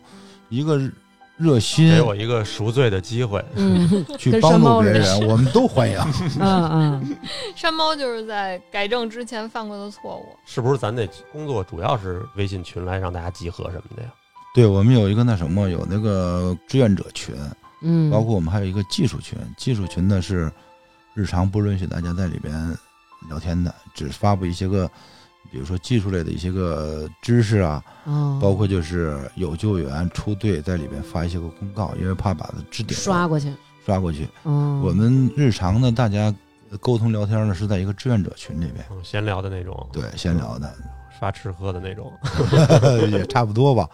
D: 一个热心
B: 给我一个赎罪的机会。
A: 嗯
D: 去
A: 跟
D: 帮
A: 山
D: 助
A: 猫
D: 别
A: 似的
D: 人，我们都 欢迎。
A: 嗯啊
C: 山猫就是在改正之前犯过的错误。
B: 是不是咱那工作主要是微信群来让大家集合什么的呀？
D: 对我们有一个那什么，有那个志愿者群，
A: 嗯，
D: 包括我们还有一个技术群。技术群呢是日常不允许大家在里边聊天的，只发布一些个，比如说技术类的一些个知识啊，
A: 哦
D: 包括就是有救援出队在里边发一些个公告，因为怕把它置顶
A: 刷过去。
D: 刷过去。
A: 哦，
D: 我们日常呢，大家沟通聊天呢是在一个志愿者群里边，
B: 嗯，闲聊的那种，
D: 对，闲聊 的
B: 刷吃喝的那种。
D: 也差不多吧。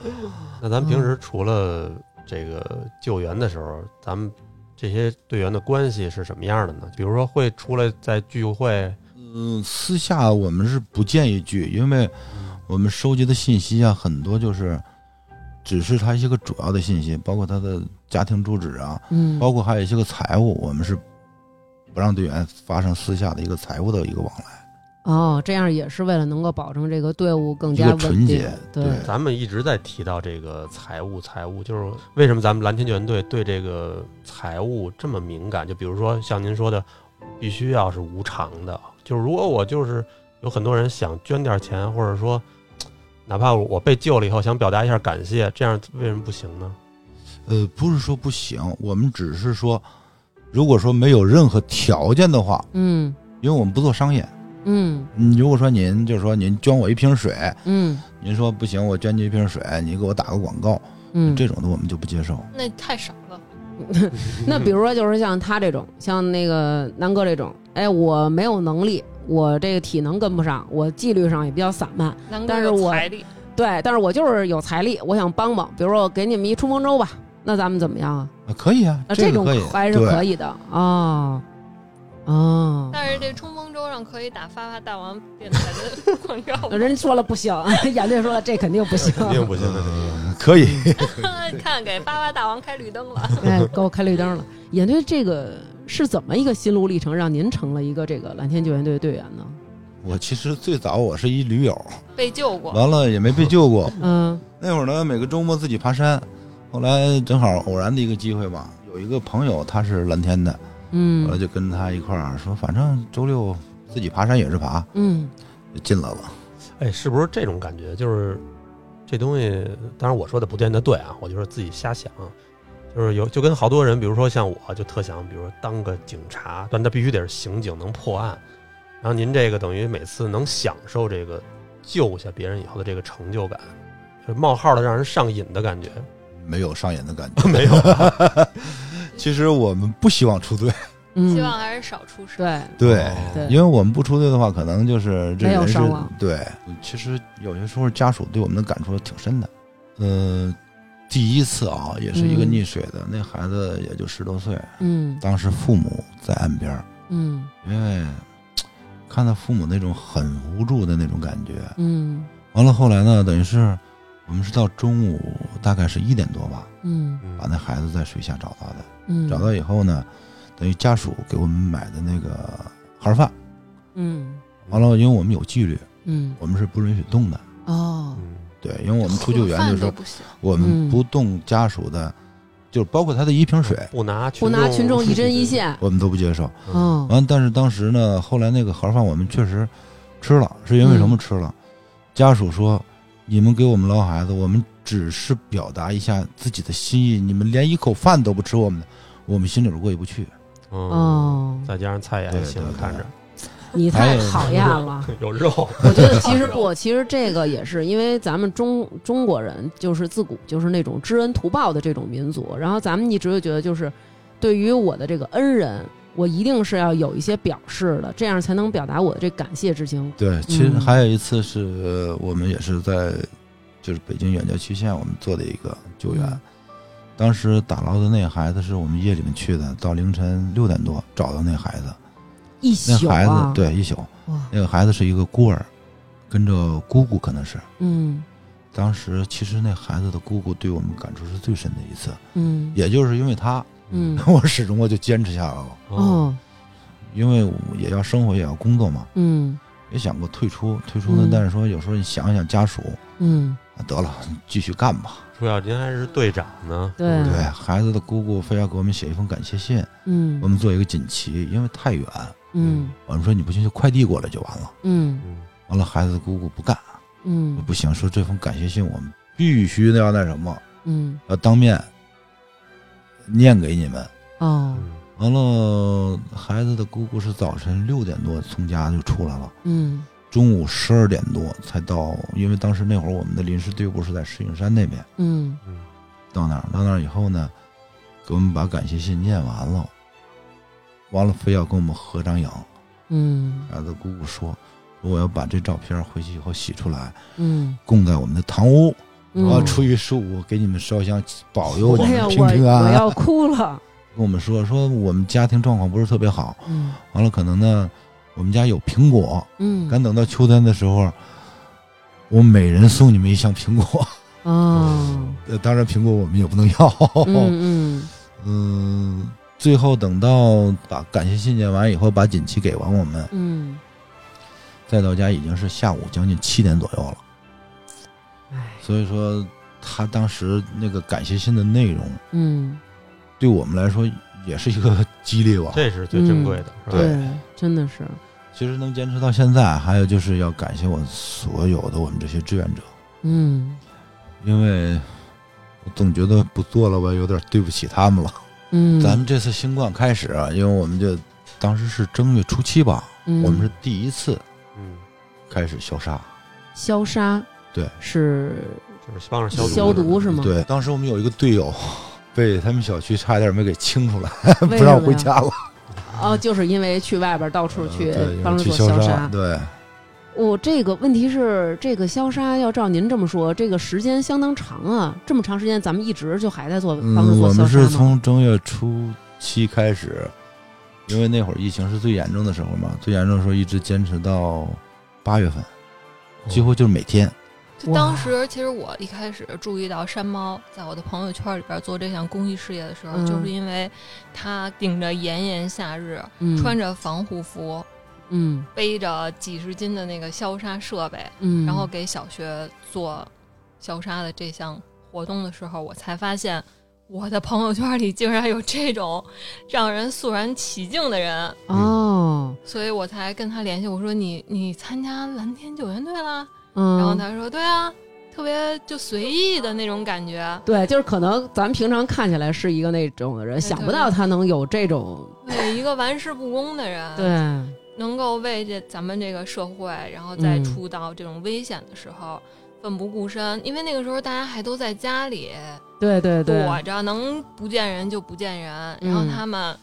B: 那咱平时除了这个救援的时候，咱们这些队员的关系是什么样的呢？比如说会出来在聚会，
D: 嗯，私下我们是不建议聚，因为我们收集的信息啊，很多就是只是他一些个主要的信息，包括他的家庭住址啊，
A: 嗯
D: 包括还有一些个财务，我们是不让队员发生私下的一个财务的一个往来。
A: 哦，这样也是为了能够保证这个队伍更
D: 一
A: 加
D: 个
A: 稳定，
D: 纯洁
A: 对，
D: 对
B: 咱们一直在提到这个财务，财务就是为什么咱们蓝天救援队对这个财务这么敏感？就比如说像您说的，必须要是无偿的，就是如果我就是有很多人想捐点钱，或者说。哪怕我被救了以后，想表达一下感谢，这样为什么不行呢？
D: 呃，不是说不行，我们只是说，如果说没有任何条件的话，
A: 嗯
D: 因为我们不做商业。
A: 嗯
D: 嗯，如果说您就是说您捐我一瓶水，
A: 嗯
D: 您说不行，我捐你一瓶水，你给我打个广告，
A: 嗯，
D: 这种的我们就不接受。
C: 那太少了，
A: 那比如说，就是像他这种，像那个南哥这种，哎，我没有能力，我这个体能跟不上，我纪律上也比较散漫，
C: 南哥
A: 但是
C: 有
A: 我
C: 财力，
A: 对，但是我就是有财力，我想帮帮，比如说我给你们一冲锋舟吧，那咱们怎么样啊？
D: 啊，可以啊，
A: 那
D: 这个
A: 种
D: 可以，
A: 还是
D: 对
A: 可以的啊哦，
C: 但是这冲锋舟上可以打发发大王电台 的广告
A: 那。人家说了不行， 眼泪说了这肯定不行，
B: 肯定不行的，
D: 可以。
C: 看，给发发大王开绿灯了。
A: 哎，给我开绿灯了。眼队这个是怎么一个心路历程，让您成了一个这个蓝天救援队的队员呢？
D: 我其实最早我是一驴友，
C: 被救过，
D: 完了也没被救过。
A: 嗯
D: 那会儿呢，每个周末自己爬山，后来正好偶然的一个机会吧，有一个朋友他是蓝天的，完了
A: 嗯
D: 就跟他一块儿说，反正周六自己爬山也是爬，
A: 嗯，
D: 就进来了。
B: 哎，是不是这种感觉？就是这东西，当然我说的不见得对啊，我就是自己瞎想，就是有就跟好多人，比如说像我，就特想，比如说当个警察，但他必须得是刑警，能破案。然后您这个等于每次能享受这个救下别人以后的这个成就感，就是冒号的让人上瘾的感觉。
D: 没有上瘾的感 觉，
B: 没有。
D: 其实我们不希望出队，
A: 嗯
C: 希望还是少出事。
A: 对，
B: 哦
D: 对
A: 对
D: 因为我们不出队的话，可能就是这
A: 没有
D: 人是
A: 伤亡
D: 对。其实有些时候家属对我们的感触挺深的。嗯，第一次啊，也是一个
A: 嗯
D: 溺水的，那孩子也就十多岁，
A: 嗯
D: 当时父母在岸边儿，
A: 嗯
D: 因为看到父母那种很无助的那种感觉。
A: 嗯
D: 完了后来呢，等于是我们是到中午大概是一点多吧，
A: 嗯
B: 嗯
D: 把那孩子在水下找到的。
A: 嗯，
D: 找到以后呢，等于家属给我们买的那个盒饭，
A: 嗯
D: 完了，因为我们有纪律，
A: 嗯
D: 我们是不允许动的。
A: 哦
B: 嗯
D: 对，因为我们出救援的时候，
C: 不行，
D: 我
A: 嗯
D: 们不动家属的，就是包括他的一瓶水，
B: 不拿群
A: 不拿群 众一针一，线，
D: 我们都不接受。
B: 嗯
A: 嗯
D: 完，但是当时呢，后来那个盒饭我们确实吃了，是因为什么吃了？家属说，你们给我们捞孩子，我们只是表达一下自己的心意，你们连一口饭都不吃我们的，我们心里边过意不去。
B: 嗯，
A: 哦，
B: 再加上菜也还行，看着
A: 你
D: 哎
A: 太讨厌 了。
B: 有肉，
A: 我觉得其实不，其实这个也是因为咱们中中国人就是自古就是那种知恩图报的这种民族，然后咱们一直就觉得就是对于我的这个恩人，我一定是要有一些表示的，这样才能表达我的这感谢之情。
D: 对，其实
A: 嗯
D: 还有一次是、呃我们也是在就是北京远郊区县我们做的一个救援，
A: 嗯
D: 当时打捞的那孩子是我们夜里面去的，到凌晨六点多找到那孩子，
A: 一
D: 那
A: 宿
D: 孩子、
A: 啊，，
D: 对一宿，
A: 哇，
D: 那个孩子是一个孤儿，跟着姑姑可能是。
A: 嗯
D: 当时其实那孩子的姑姑对我们感触是最深的一次，
A: 嗯
D: 也就是因为他，
A: 嗯，
D: 我始终我就坚持下来了，
A: 哦，
D: 因为我也要生活也要工作嘛，
A: 嗯
D: 也想过退出，退出呢
A: 嗯，
D: 但是说有时候你想想家属，
A: 嗯
D: 啊得了，继续干吧。
B: 主要您还是队长呢，嗯
A: 对
B: 不
D: 对孩子的姑姑非要给我们写一封感谢信，
A: 嗯
D: 我们做一个锦旗，因为太远，
A: 嗯
D: 我们说你不行就快递过来就完了。
A: 嗯
B: 嗯
D: 完了，孩子的姑姑不干，
A: 嗯
D: 不行，说这封感谢信我们必须要那什么，
A: 嗯
D: 要当面念给你们。
A: 哦
B: 嗯
D: 完了，孩子的姑姑是早晨六点多从家就出来了，
A: 嗯
D: 中午十二点多才到，因为当时那会儿我们的临时队伍是在石景山那边，
A: 嗯
B: 嗯
D: 到那儿到那儿以后呢，给我们把感谢信念完了，完了非要跟我们合张影。
A: 嗯
D: 孩子姑姑说，说我要把这照片回去以后洗出来，
A: 嗯
D: 供在我们的堂屋，
A: 嗯，
D: 我要初一十五给你们烧香，保佑你
A: 哎呀，
D: 们
A: 我
D: 平平
A: 我
D: 安安。
A: 要哭了，
D: 跟我们说说我们家庭状况不是特别好，
A: 嗯
D: 完了可能呢，我们家有苹果，
A: 嗯，
D: 赶等到秋天的时候，我每人送你们一箱苹果。
C: 啊
A: 哦，
D: 呃当然苹果我们也不能要，
A: 嗯
D: 嗯，最后等到把感谢信念完以后，把锦旗给完我们，
A: 嗯
D: 再到家已经是下午将近七点左右了。
A: 嗯，哎，
D: 所以说，他当时那个感谢信的内容，
A: 嗯，
D: 对我们来说也是一个激励吧。
B: 这是最珍贵的，是吧
D: 嗯对，
A: 真的是，
D: 其实能坚持到现在，还有就是要感谢我所有的我们这些志愿者，
A: 嗯
D: 因为我总觉得不做了吧，有点对不起他们了。
A: 嗯，
D: 咱们这次新冠开始啊，因为我们就当时是正月初七吧，
A: 嗯
D: 我们是第一次
B: 嗯，
D: 开始消杀。
A: 消杀，
D: 对，
A: 是
B: 就是帮着
A: 消
B: 消
A: 毒是吗？，
D: 对，当时我们有一个队友 被他们小区差点没给清出来，
A: 为
D: 不
A: 什
D: 让
A: 么
D: 回
A: 呀
D: 家了，
A: 哦，就是因为去外边到处去
D: 对，因
A: 帮
D: 为
A: 着
D: 去
A: 做
D: 消
A: 消
D: 杀，
A: 杀。
D: 对。
A: 我这个问题是，这个消杀要照您这么说，这个时间相当长啊，这么长时间咱们一直就还在做帮着
D: 嗯，
A: 做
D: 我
A: 消杀
D: 们是
A: 吗？
D: 从正月初七开始，因为那会儿疫情是最严重的时候嘛，最严重的时候一直坚持到八月份，
B: 嗯
D: 几乎就是每天。
C: 就
A: 哇
C: 当时其实我一开始注意到山猫在我的朋友圈里边做这项公益事业的时候，
A: 嗯
C: 就是因为它顶着炎炎夏日，
A: 嗯
C: 穿着防护服，
A: 嗯
C: 背着几十斤的那个消杀设备，
A: 嗯，
C: 然后给小学做消杀的这项活动的时候，我才发现我的朋友圈里竟然有这种让人肃然起敬的人，
A: 哦，
C: 所以我才跟他联系，我说你你参加蓝天救援队啦？
A: 嗯，
C: 然后他说对啊，特别就随意的那种感觉，
A: 对，就是可能咱们平常看起来是一个那种的人，
C: 对
A: 想不
C: 对
A: 到他能有这种
C: 对一个玩世不恭的人，
A: 对，，
C: 能够为这咱们这个社会，然后再
A: 嗯
C: 出到这种危险的时候。奋不顾身，因为那个时候大家还都在家里，
A: 对对对，
C: 躲着，能不啊见人就不见人。
A: 嗯
C: 然后他们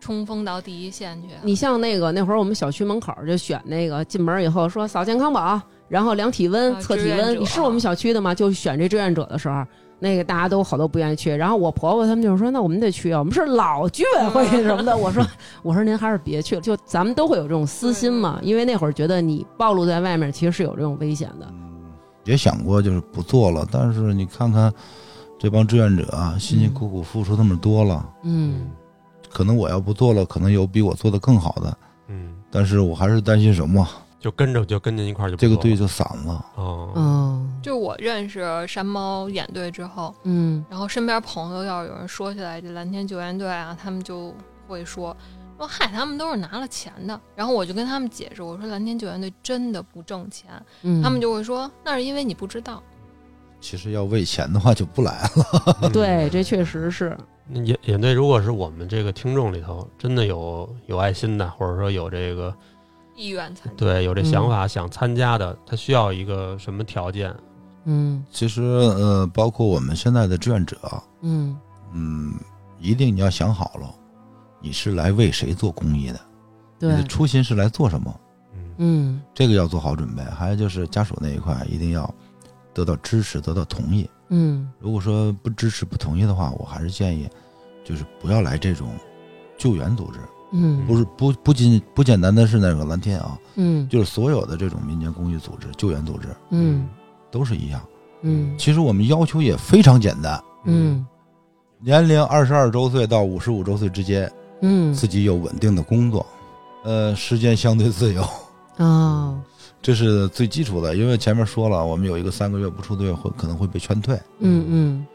C: 冲锋到第一线去。
A: 你像那个那会儿我们小区门口就选那个进门以后说扫健康宝，然后量体温、
C: 啊
A: 测
C: 志
A: 体
C: 愿
A: 温，
C: 者
A: 你是我们小区的吗？就选这志愿者的时候。那个大家都好多不愿意去，然后我婆婆他们就说：“那我们得去啊，我们是老居委会
C: 嗯
A: 什么的。”我说：“我说您还是别去了，就咱
C: 嗯
A: 们都会有这种私心嘛，因为那会儿觉得你暴露在外面其实是有这种危险的。
D: 也想过就是不做了，但是你看看这帮志愿者啊，辛辛苦苦付出那么多了，
A: 嗯
D: 可能我要不做了，可能有比我做的更好的，
B: 嗯，
D: 但是我还是担心什么？
B: 就跟着就跟您一块儿就不
D: 这个
B: 做了
D: 队就散了。
B: 哦，
A: 嗯
C: 就我认识山猫演队之后，
A: 嗯
C: 然后身边朋友要是有人说起来这蓝天救援队啊，他们就会说说嗨，他们都是拿了钱的。然后我就跟他们解释，我说蓝天救援队真的不挣钱，
A: 嗯，
C: 他们就会说那是因为你不知道。
D: 其实要为钱的话就不来了。
B: 嗯
A: 对，这确实是，
B: 那演演队，如果是我们这个听众里头真的有有爱心的，或者说有这个
C: 意愿参加，
B: 对有这想法想参加的，他需要一个什么条件？
A: 嗯
D: 其实呃，包括我们现在的志愿者，
A: 嗯
D: 嗯，一定你要想好了，你是来为谁做公益的，你
A: 嗯对，
D: 的初心是来做什么，
B: 嗯
A: 嗯
D: 这个要做好准备。还有就是家属那一块，一定要得到支持，得到同意。
A: 嗯
D: 如果说不支持、不同意的话，我还是建议，就是不要来这种救援组织，
A: 嗯，
D: 不是不不仅不简单的是那个蓝天啊，
A: 嗯
D: 就是所有的这种民间公益组织、救援组织
A: 嗯
D: 都是一样。
A: 嗯
D: 其实我们要求也非常简单，
A: 嗯
D: 年龄二十二周岁到五十五周岁之间，
A: 嗯
D: 自己有稳定的工作，呃，时间相对自由，
A: 哦
D: 这是最基础的。因为前面说了，我们有一个三个月不出队会可能会被劝退，
A: 嗯嗯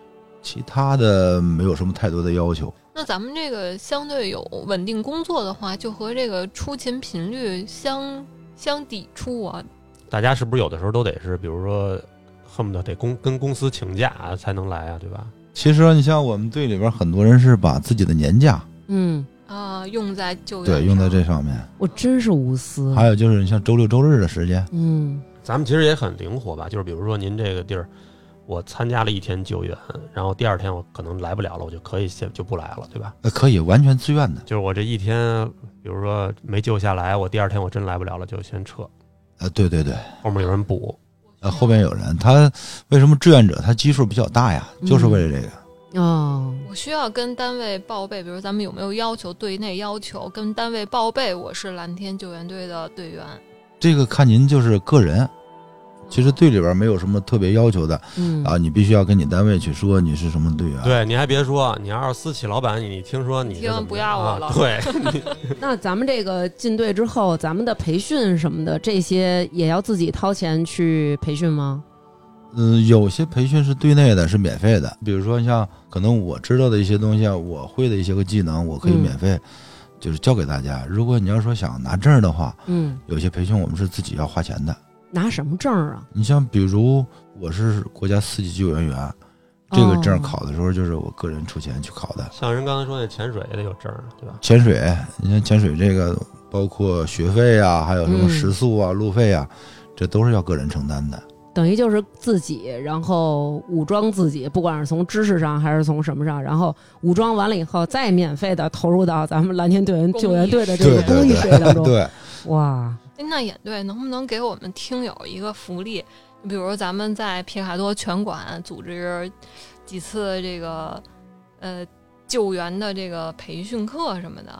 D: 其他的没有什么太多的要求。
C: 那咱们这个相对有稳定工作的话，就和这个出勤频率相相抵触啊。
B: 大家是不是有的时候都得是，比如说恨不得得公跟公司请假、才能来啊，对吧？
D: 其实你像我们队里边很多人是把自己的年假
A: 嗯，
C: 啊，用在救援
D: 对用在这上面，
A: 我真是无私，
D: 还有就是你像周六周日的时间，
A: 嗯
B: 咱们其实也很灵活吧，就是比如说您这个地儿，我参加了一天救援，然后第二天我可能来不了了，我就可以先就不来了，对吧？
D: 呃，可以完全自愿的，
B: 就是我这一天，比如说没救下来，我第二天我真来不了了，就先撤，
D: 呃，对对对，
B: 后面有人补。
D: 呃，后边有人，他为什么志愿者他基数比较大呀？就是为了这个，
A: 哦
C: 我需要跟单位报备，比如咱们有没有要求队内要求，跟单位报备我是蓝天救援队的队员。
D: 这个看您就是个人。其实队里边没有什么特别要求的
A: 嗯
D: 啊，你必须要跟你单位去说你是什么队员。，
B: 对，你还别说，啊你要是私企老板，你听说你是
C: 听
B: 怎么
C: 不要我了
B: 啊对，
A: 那咱们这个进队之后，咱们的培训什么的，这些也要自己掏钱去培训吗？
D: 嗯、有些培训是队内的，是免费
A: 嗯
D: 的。比如说像可能我知道的一些东西啊，我会的一些个技能，我可以
A: 嗯
D: 免费、就是教给大家。如果你要说想拿证儿的话，
A: 嗯，
D: 有些培训我们是自己要花钱的。
A: 拿什么证儿啊？
D: 你像比如我是国家四级救援员，这个证儿
A: 哦
D: 考的时候就是我个人出钱去考的。
B: 像人刚才说那潜水也得有证儿，啊对吧？
D: 潜水，你像潜水这个，包括学费啊，还有什么
A: 嗯
D: 食宿啊、路费啊，这都是要个人承担的。
A: 等于就是自己，然后武装自己，不管是从知识上还是从什么上，然后武装完了以后，再免费的投入到咱们蓝天队员
C: 公益
A: 救援队的这
C: 对
A: 个
C: 对
A: 公益事业当中。
D: 对，
A: 哇，
C: 哎那演队能不能给我们听友一个福利？比如咱们在皮卡多拳馆组织几次这个呃救援的这个培训课什么的，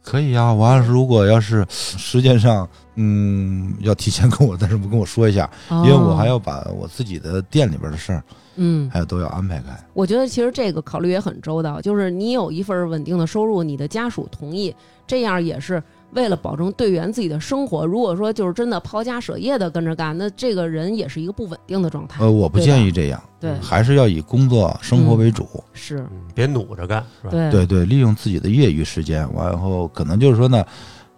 D: 可以啊。完了，如果要是时间上，嗯，要提前跟我，但是不跟我说一下，因为我还
A: 哦
D: 要把我自己的店里边的事儿，
A: 嗯，
D: 还有都要安排开。
A: 我觉得其实这个考虑也很周到，就是你有一份稳定的收入，你的家属同意，这样也是为了保证队员自己的生活。如果说就是真的抛家舍业的跟着干，那这个人也是一个不稳定的状态。
D: 呃，我不
A: 对吧
D: 建议这样，
A: 对
D: 还是要以工作生活为主。
A: 是，
B: 嗯，别努着干，是吧？
A: 对
D: 对对，利用自己的业余时间，完后可能就是说呢，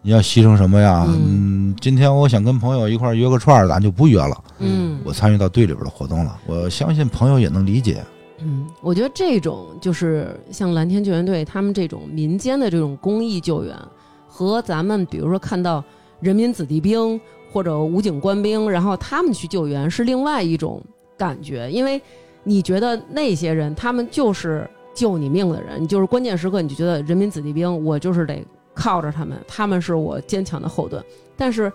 D: 你要牺牲什么呀？
A: 嗯
D: 嗯，今天我想跟朋友一块儿约个串儿，咱就不约了。
A: 嗯
D: 我参与到队里边的活动了，我相信朋友也能理解。
A: 嗯，我觉得这种就是像蓝天救援队他们这种民间的这种公益救援，和咱们比如说看到人民子弟兵或者武警官兵，然后他们去救援是另外一种感觉，因为你觉得那些人他们就是救你命的人，你就是关键时刻你就觉得人民子弟兵，我就是得靠着他们，他们是我坚强的后盾。但是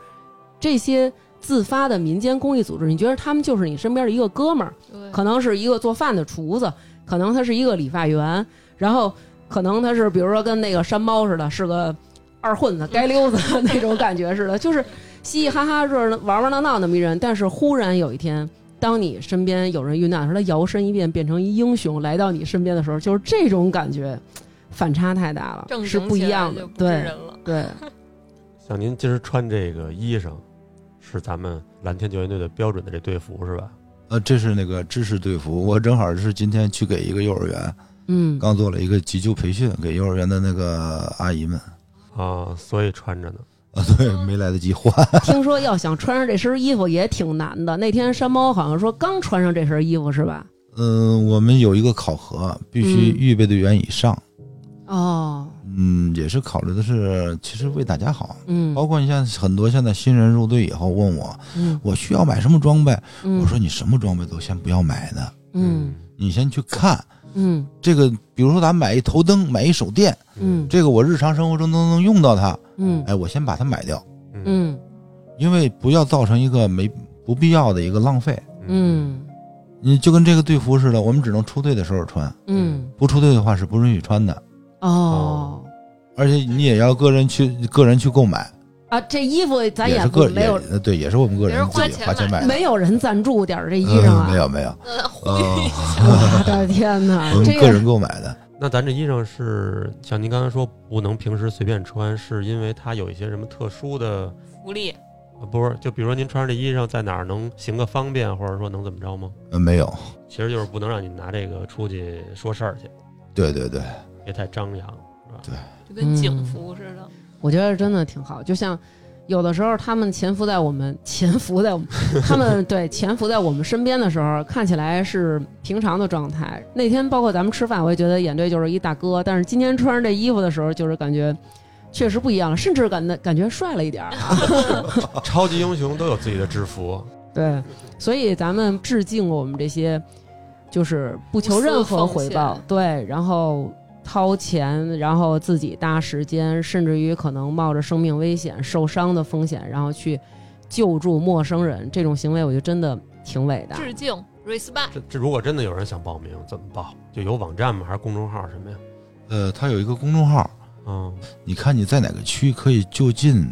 A: 这些自发的民间公益组织，你觉得他们就是你身边的一个哥们儿。
C: 对，
A: 可能是一个做饭的厨子，可能他是一个理发员，然后可能他是比如说跟那个山猫似的，是个二混子、街溜子那种感觉似的，就是嘻嘻哈哈、热闹玩玩闹闹那么一人。但是忽然有一天，当你身边有人遇难的时候，他摇身一变变成一英雄来到你身边的时候，就是这种感觉，反差太大了，
C: 正
A: 是
C: 经
A: 不一
C: 起来
A: 样的
C: 就。不是
A: 对
C: 人了。
A: 对，
B: 像您今儿穿这个衣裳，是咱们蓝天救援队的标准的这队服是吧？
D: 呃，这是那个知识队服，我正好是今天去给一个幼儿园，
A: 嗯，
D: 刚做了一个急救培训，给幼儿园的那个阿姨们，
B: 啊，所以穿着呢。
D: 啊，对，
C: 嗯
D: 没来得及换，
A: 听说要想穿上这身衣服也挺难的。那天山猫好像说刚穿上这身衣服是吧？
D: 嗯，我们有一个考核，必须
A: 嗯
D: 预备队员以上。
A: 哦，
D: 嗯，也是考虑的是，其实为大家好。
A: 嗯，
D: 包括你像很多现在新人入队以后问我，
A: 嗯，
D: 我需要买什么装备？
A: 嗯
D: 我说你什么装备都先不要买的，
A: 嗯
D: 你先去看
A: 嗯
D: 这个。比如说，咱买一头灯，买一手电，
A: 嗯
D: 这个我日常生活中都能用到它。
A: 嗯
D: 哎，我先把它买掉，
B: 嗯
A: 嗯
D: 因为不要造成一个没不必要的一个浪费。
A: 嗯
D: 你就跟这个队服似的，我们只能出队的时候穿，
A: 嗯，
D: 不出队的话是不允许穿的。
A: 哦
D: 而且你也要个人去个人去购买，
A: 啊，这衣服咱
D: 也
A: 也
D: 是
A: 不
D: 个
A: 没有
D: 也对，也是我们个
C: 也是
D: 人
C: 花
D: 自己
C: 钱
D: 花钱
C: 买
D: 买的。
A: 没有人赞助点儿这衣裳
D: 嗯，
A: 啊
D: 没！有没有，
C: 那呼吁
D: 呃
C: 一下，
A: 我的天哪
D: 我，们
A: 这
D: 个
A: 个
D: 人购买的。
B: 那咱这衣裳是像您刚才说不能平时随便穿，是因为它有一些什么特殊的？
C: 福利，
B: 呃不是，就比如说您穿上这衣裳在哪儿能行个方便，或者说能怎么着吗？
D: 呃，没有，
B: 其实就是不能让你拿这个出去说事儿去，
D: 对对对，
B: 别太张扬。
C: 就跟警
A: 嗯
C: 服似的。
A: 我觉得真的挺好，就像。有的时候，他们潜伏在我们潜伏在我们，他 们对潜伏在我们身边的时候，看起来是平常的状态。那天包括咱们吃饭，我也觉得眼对就是一大哥，但是今天穿上这衣服的时候，就是感觉确实不一样了，甚至感到感觉帅了一点儿。
B: 超级英雄都有自己的制服，
A: 对，所以咱们致敬我们这些，就是不求任何回
C: 无私奉
A: 报
C: 献，
A: 对，然后掏钱，然后自己搭时间，甚至于可能冒着生命危险、受伤的风险，然后去救助陌生人，这种行为，我觉得真的挺伟大。
C: 致敬，respect，
B: 这这如果真的有人想报名，怎么报？就有网站吗？还是公众号什么呀？
D: 呃，它有一个公众号，
B: 嗯，
D: 你看你在哪个区可以就近，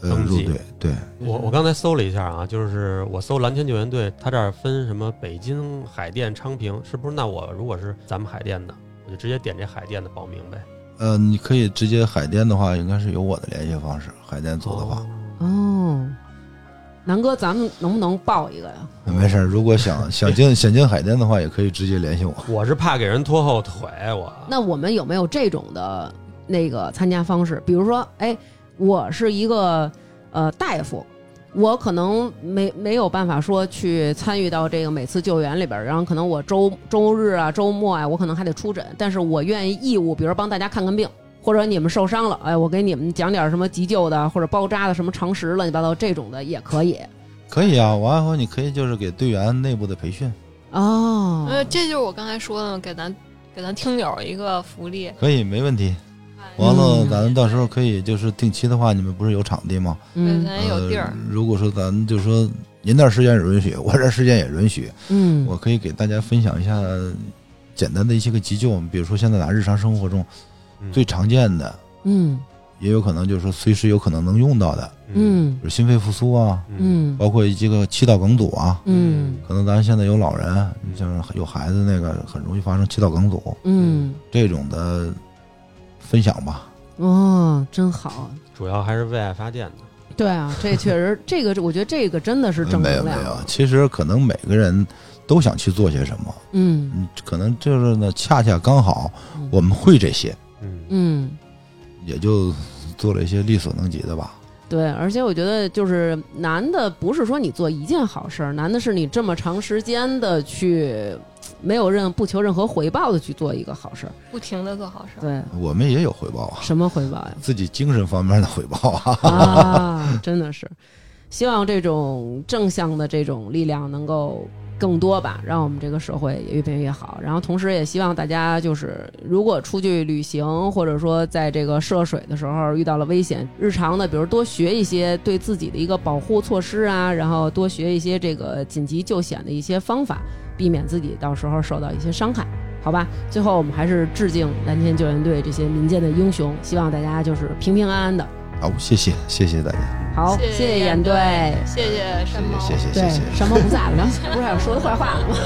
D: 呃，
B: 登
D: 入
B: 记
D: 队。对，
B: 我我刚才搜了一下啊，就是我搜蓝天救援队，它这儿分什么北京、海淀、昌平，是不是？那我如果是咱们海淀的，我就直接点这海淀的报名呗。
D: 呃，你可以直接海淀的话，应该是有我的联系方式。海淀组的话，
A: 哦，南哥，咱们能不能报一个呀？
C: 哦
D: 没事儿。如果想 想进想进海淀的话，也可以直接联系我。
B: 我是怕给人拖后腿，我
A: 那我们有没有这种的那个参加方式？比如说，哎，我是一个呃大夫，我可能没没有办法说去参与到这个每次救援里边儿，然后可能我周周日啊、周末啊，我可能还得出诊，但是我愿意义务，比如帮大家看看病。或者你们受伤了，哎，我给你们讲点什么急救的，或者包扎的什么常识，乱七八糟这种的也可以
D: 可以啊，完了以后你可以就是给队员内部的培训，
A: 哦。
C: 呃，这就是我刚才说的，给咱给咱听友一个福利。
D: 可以没问题。完
A: 嗯
C: 嗯
D: 了，咱们到时候可以就是定期的话，你们不是有场地吗？
C: 对，
A: 嗯
C: 咱也哎有地儿
D: 呃。如果说咱就说您那儿时间允许， 我这儿时间也允许，
A: 嗯，
D: 我可以给大家分享一下简单的一些个急救，比如说现在咱日常生活中最常见的，
A: 嗯
D: 也有可能就是说随时有可能能用到的，
A: 嗯
D: 比如心肺复苏啊，
A: 嗯
D: 包括这个气道梗阻啊，
A: 嗯
D: 可能咱现在有老人，你像有孩子那个很容易发生气道梗阻
A: 嗯，
D: 这种的分享吧。
A: 哦，真好，
B: 主要还是为爱发电的。
A: 对啊，这确实，这个我觉得这个真的是正
D: 嗯没
A: 能
D: 有没
A: 量。
D: 有，其实可能每个人都想去做些什么，
A: 嗯
D: 嗯，可能就是呢，恰恰刚好
A: 嗯
D: 我们会这些，
B: 嗯，
A: 嗯，
D: 也就做了一些力所能及的吧。
A: 对，而且我觉得就是难的不是说你做一件好事儿，难的是你这么长时间的去没有任不求任何回报的去做一个好事儿。
C: 不停的做好事儿。
A: 对，
D: 我们也有回报啊，
A: 什么回报呀？
D: 自己精神方面的回报啊。
A: 啊，真的是，希望这种正向的这种力量能够更多吧，让我们这个社会也越变越好。然后同时也希望大家就是，如果出去旅行或者说在这个涉水的时候遇到了危险，日常的比如多学一些对自己的一个保护措施啊，然后多学一些这个紧急救险的一些方法，避免自己到时候受到一些伤害。好吧，最后我们还是致敬蓝天救援队这些民间的英雄，希望大家就是平平安安的，
D: 好，谢谢谢谢大家，
A: 好，
C: 谢
A: 谢
C: 严
A: 严队，
C: 谢谢山猫，
D: 谢谢谢
A: 对
D: 谢谢谢。，
A: 山猫不在了， 不是还有说的坏话了吗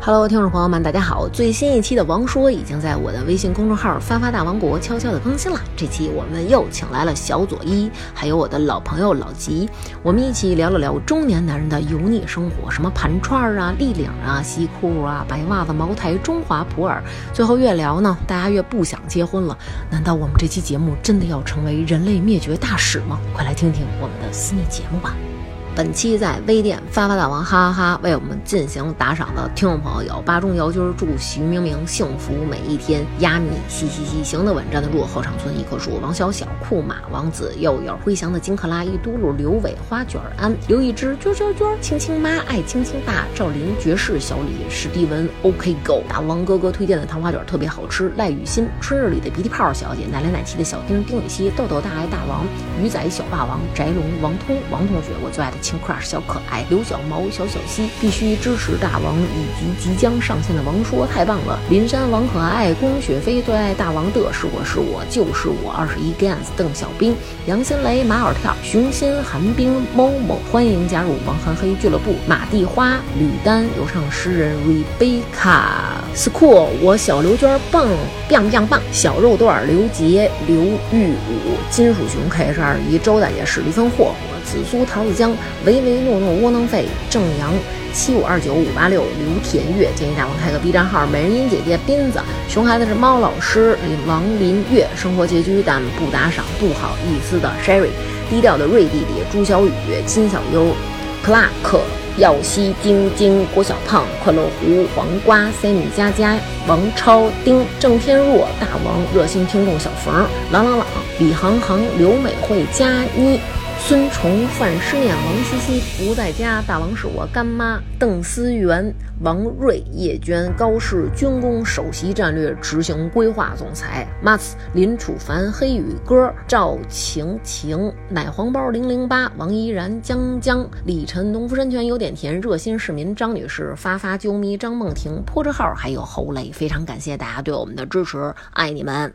F: Hello，听众朋友们，大家好！最新一期的《王说》已经在我的微信公众号“发发大王国”悄悄的更新了。这期我们又请来了小左一，还有我的老朋友老吉，我们一起聊了聊中年男人的油腻生活，什么盘串儿啊、立领啊、西裤啊、白袜子、茅台、中华普洱。最后越聊呢，大家越不想结婚了。难道我们这期节目真的要成为人类灭绝大使吗？快来听听我们的私密节目吧！本期在微店发发大王哈哈哈为我们进行打赏的听众朋友有：巴中姚军儿、祝徐明明幸福每一天、压米嘻嘻嘻、行得稳站得住、后场村一棵树、王小小、库马王子、又有辉翔的金克拉、一嘟噜、刘伟、花卷儿安、刘一枝、娟娟娟、青青妈、爱青青爸、赵林、爵士小李、史蒂文、OK Go、大王哥哥推荐的糖花卷儿特别好吃，赖雨欣、春日里的鼻涕泡小姐、奶来奶气的小丁、丁禹兮、豆豆大爱大王、鱼仔小霸王、翟龙、王通、王同学，我最爱的青 crush 小可爱、刘小毛、小小溪，必须支持大王以及即将上线的王说，太棒了！林山王可爱、龚雪飞最爱大王的是我是我就是我二十一 gans 邓小兵、杨新雷、马尔跳、熊心、韩冰、某某，欢迎加入王韩黑俱乐部。马蒂花、吕丹、有唱诗人 Rebecca、School，我小刘娟儿棒棒棒棒，小肉段儿刘杰、刘玉武、金属熊 K H 二一、周大姐、史蒂芬霍霍、紫苏桃子江、唯唯诺诺窝囊废、郑阳。七五二九五八六刘铁月建议大王开个 B 站号，美人音姐姐斌子，熊孩子是猫老师林王林月，生活拮据但不打赏不好意思的 Sherry，低调的瑞弟弟朱小雨金小优 Clark 耀西晶晶郭小胖快乐狐黄瓜 Sammy 佳佳王超丁郑天若大王热心听众小冯朗朗朗李航航刘美惠佳妮孙崇、范诗念、王西西不在家，大王是我干妈。邓思源、王瑞、叶娟、高适、军工首席战略执行规划总裁 m a s 林楚凡、黑羽哥、赵晴晴、奶黄包零零八、王依然、江江、李晨、农夫山泉有点甜、热心市民张女士、发发啾咪、张梦婷、坡着号，还有后累。非常感谢大家对我们的支持，爱你们。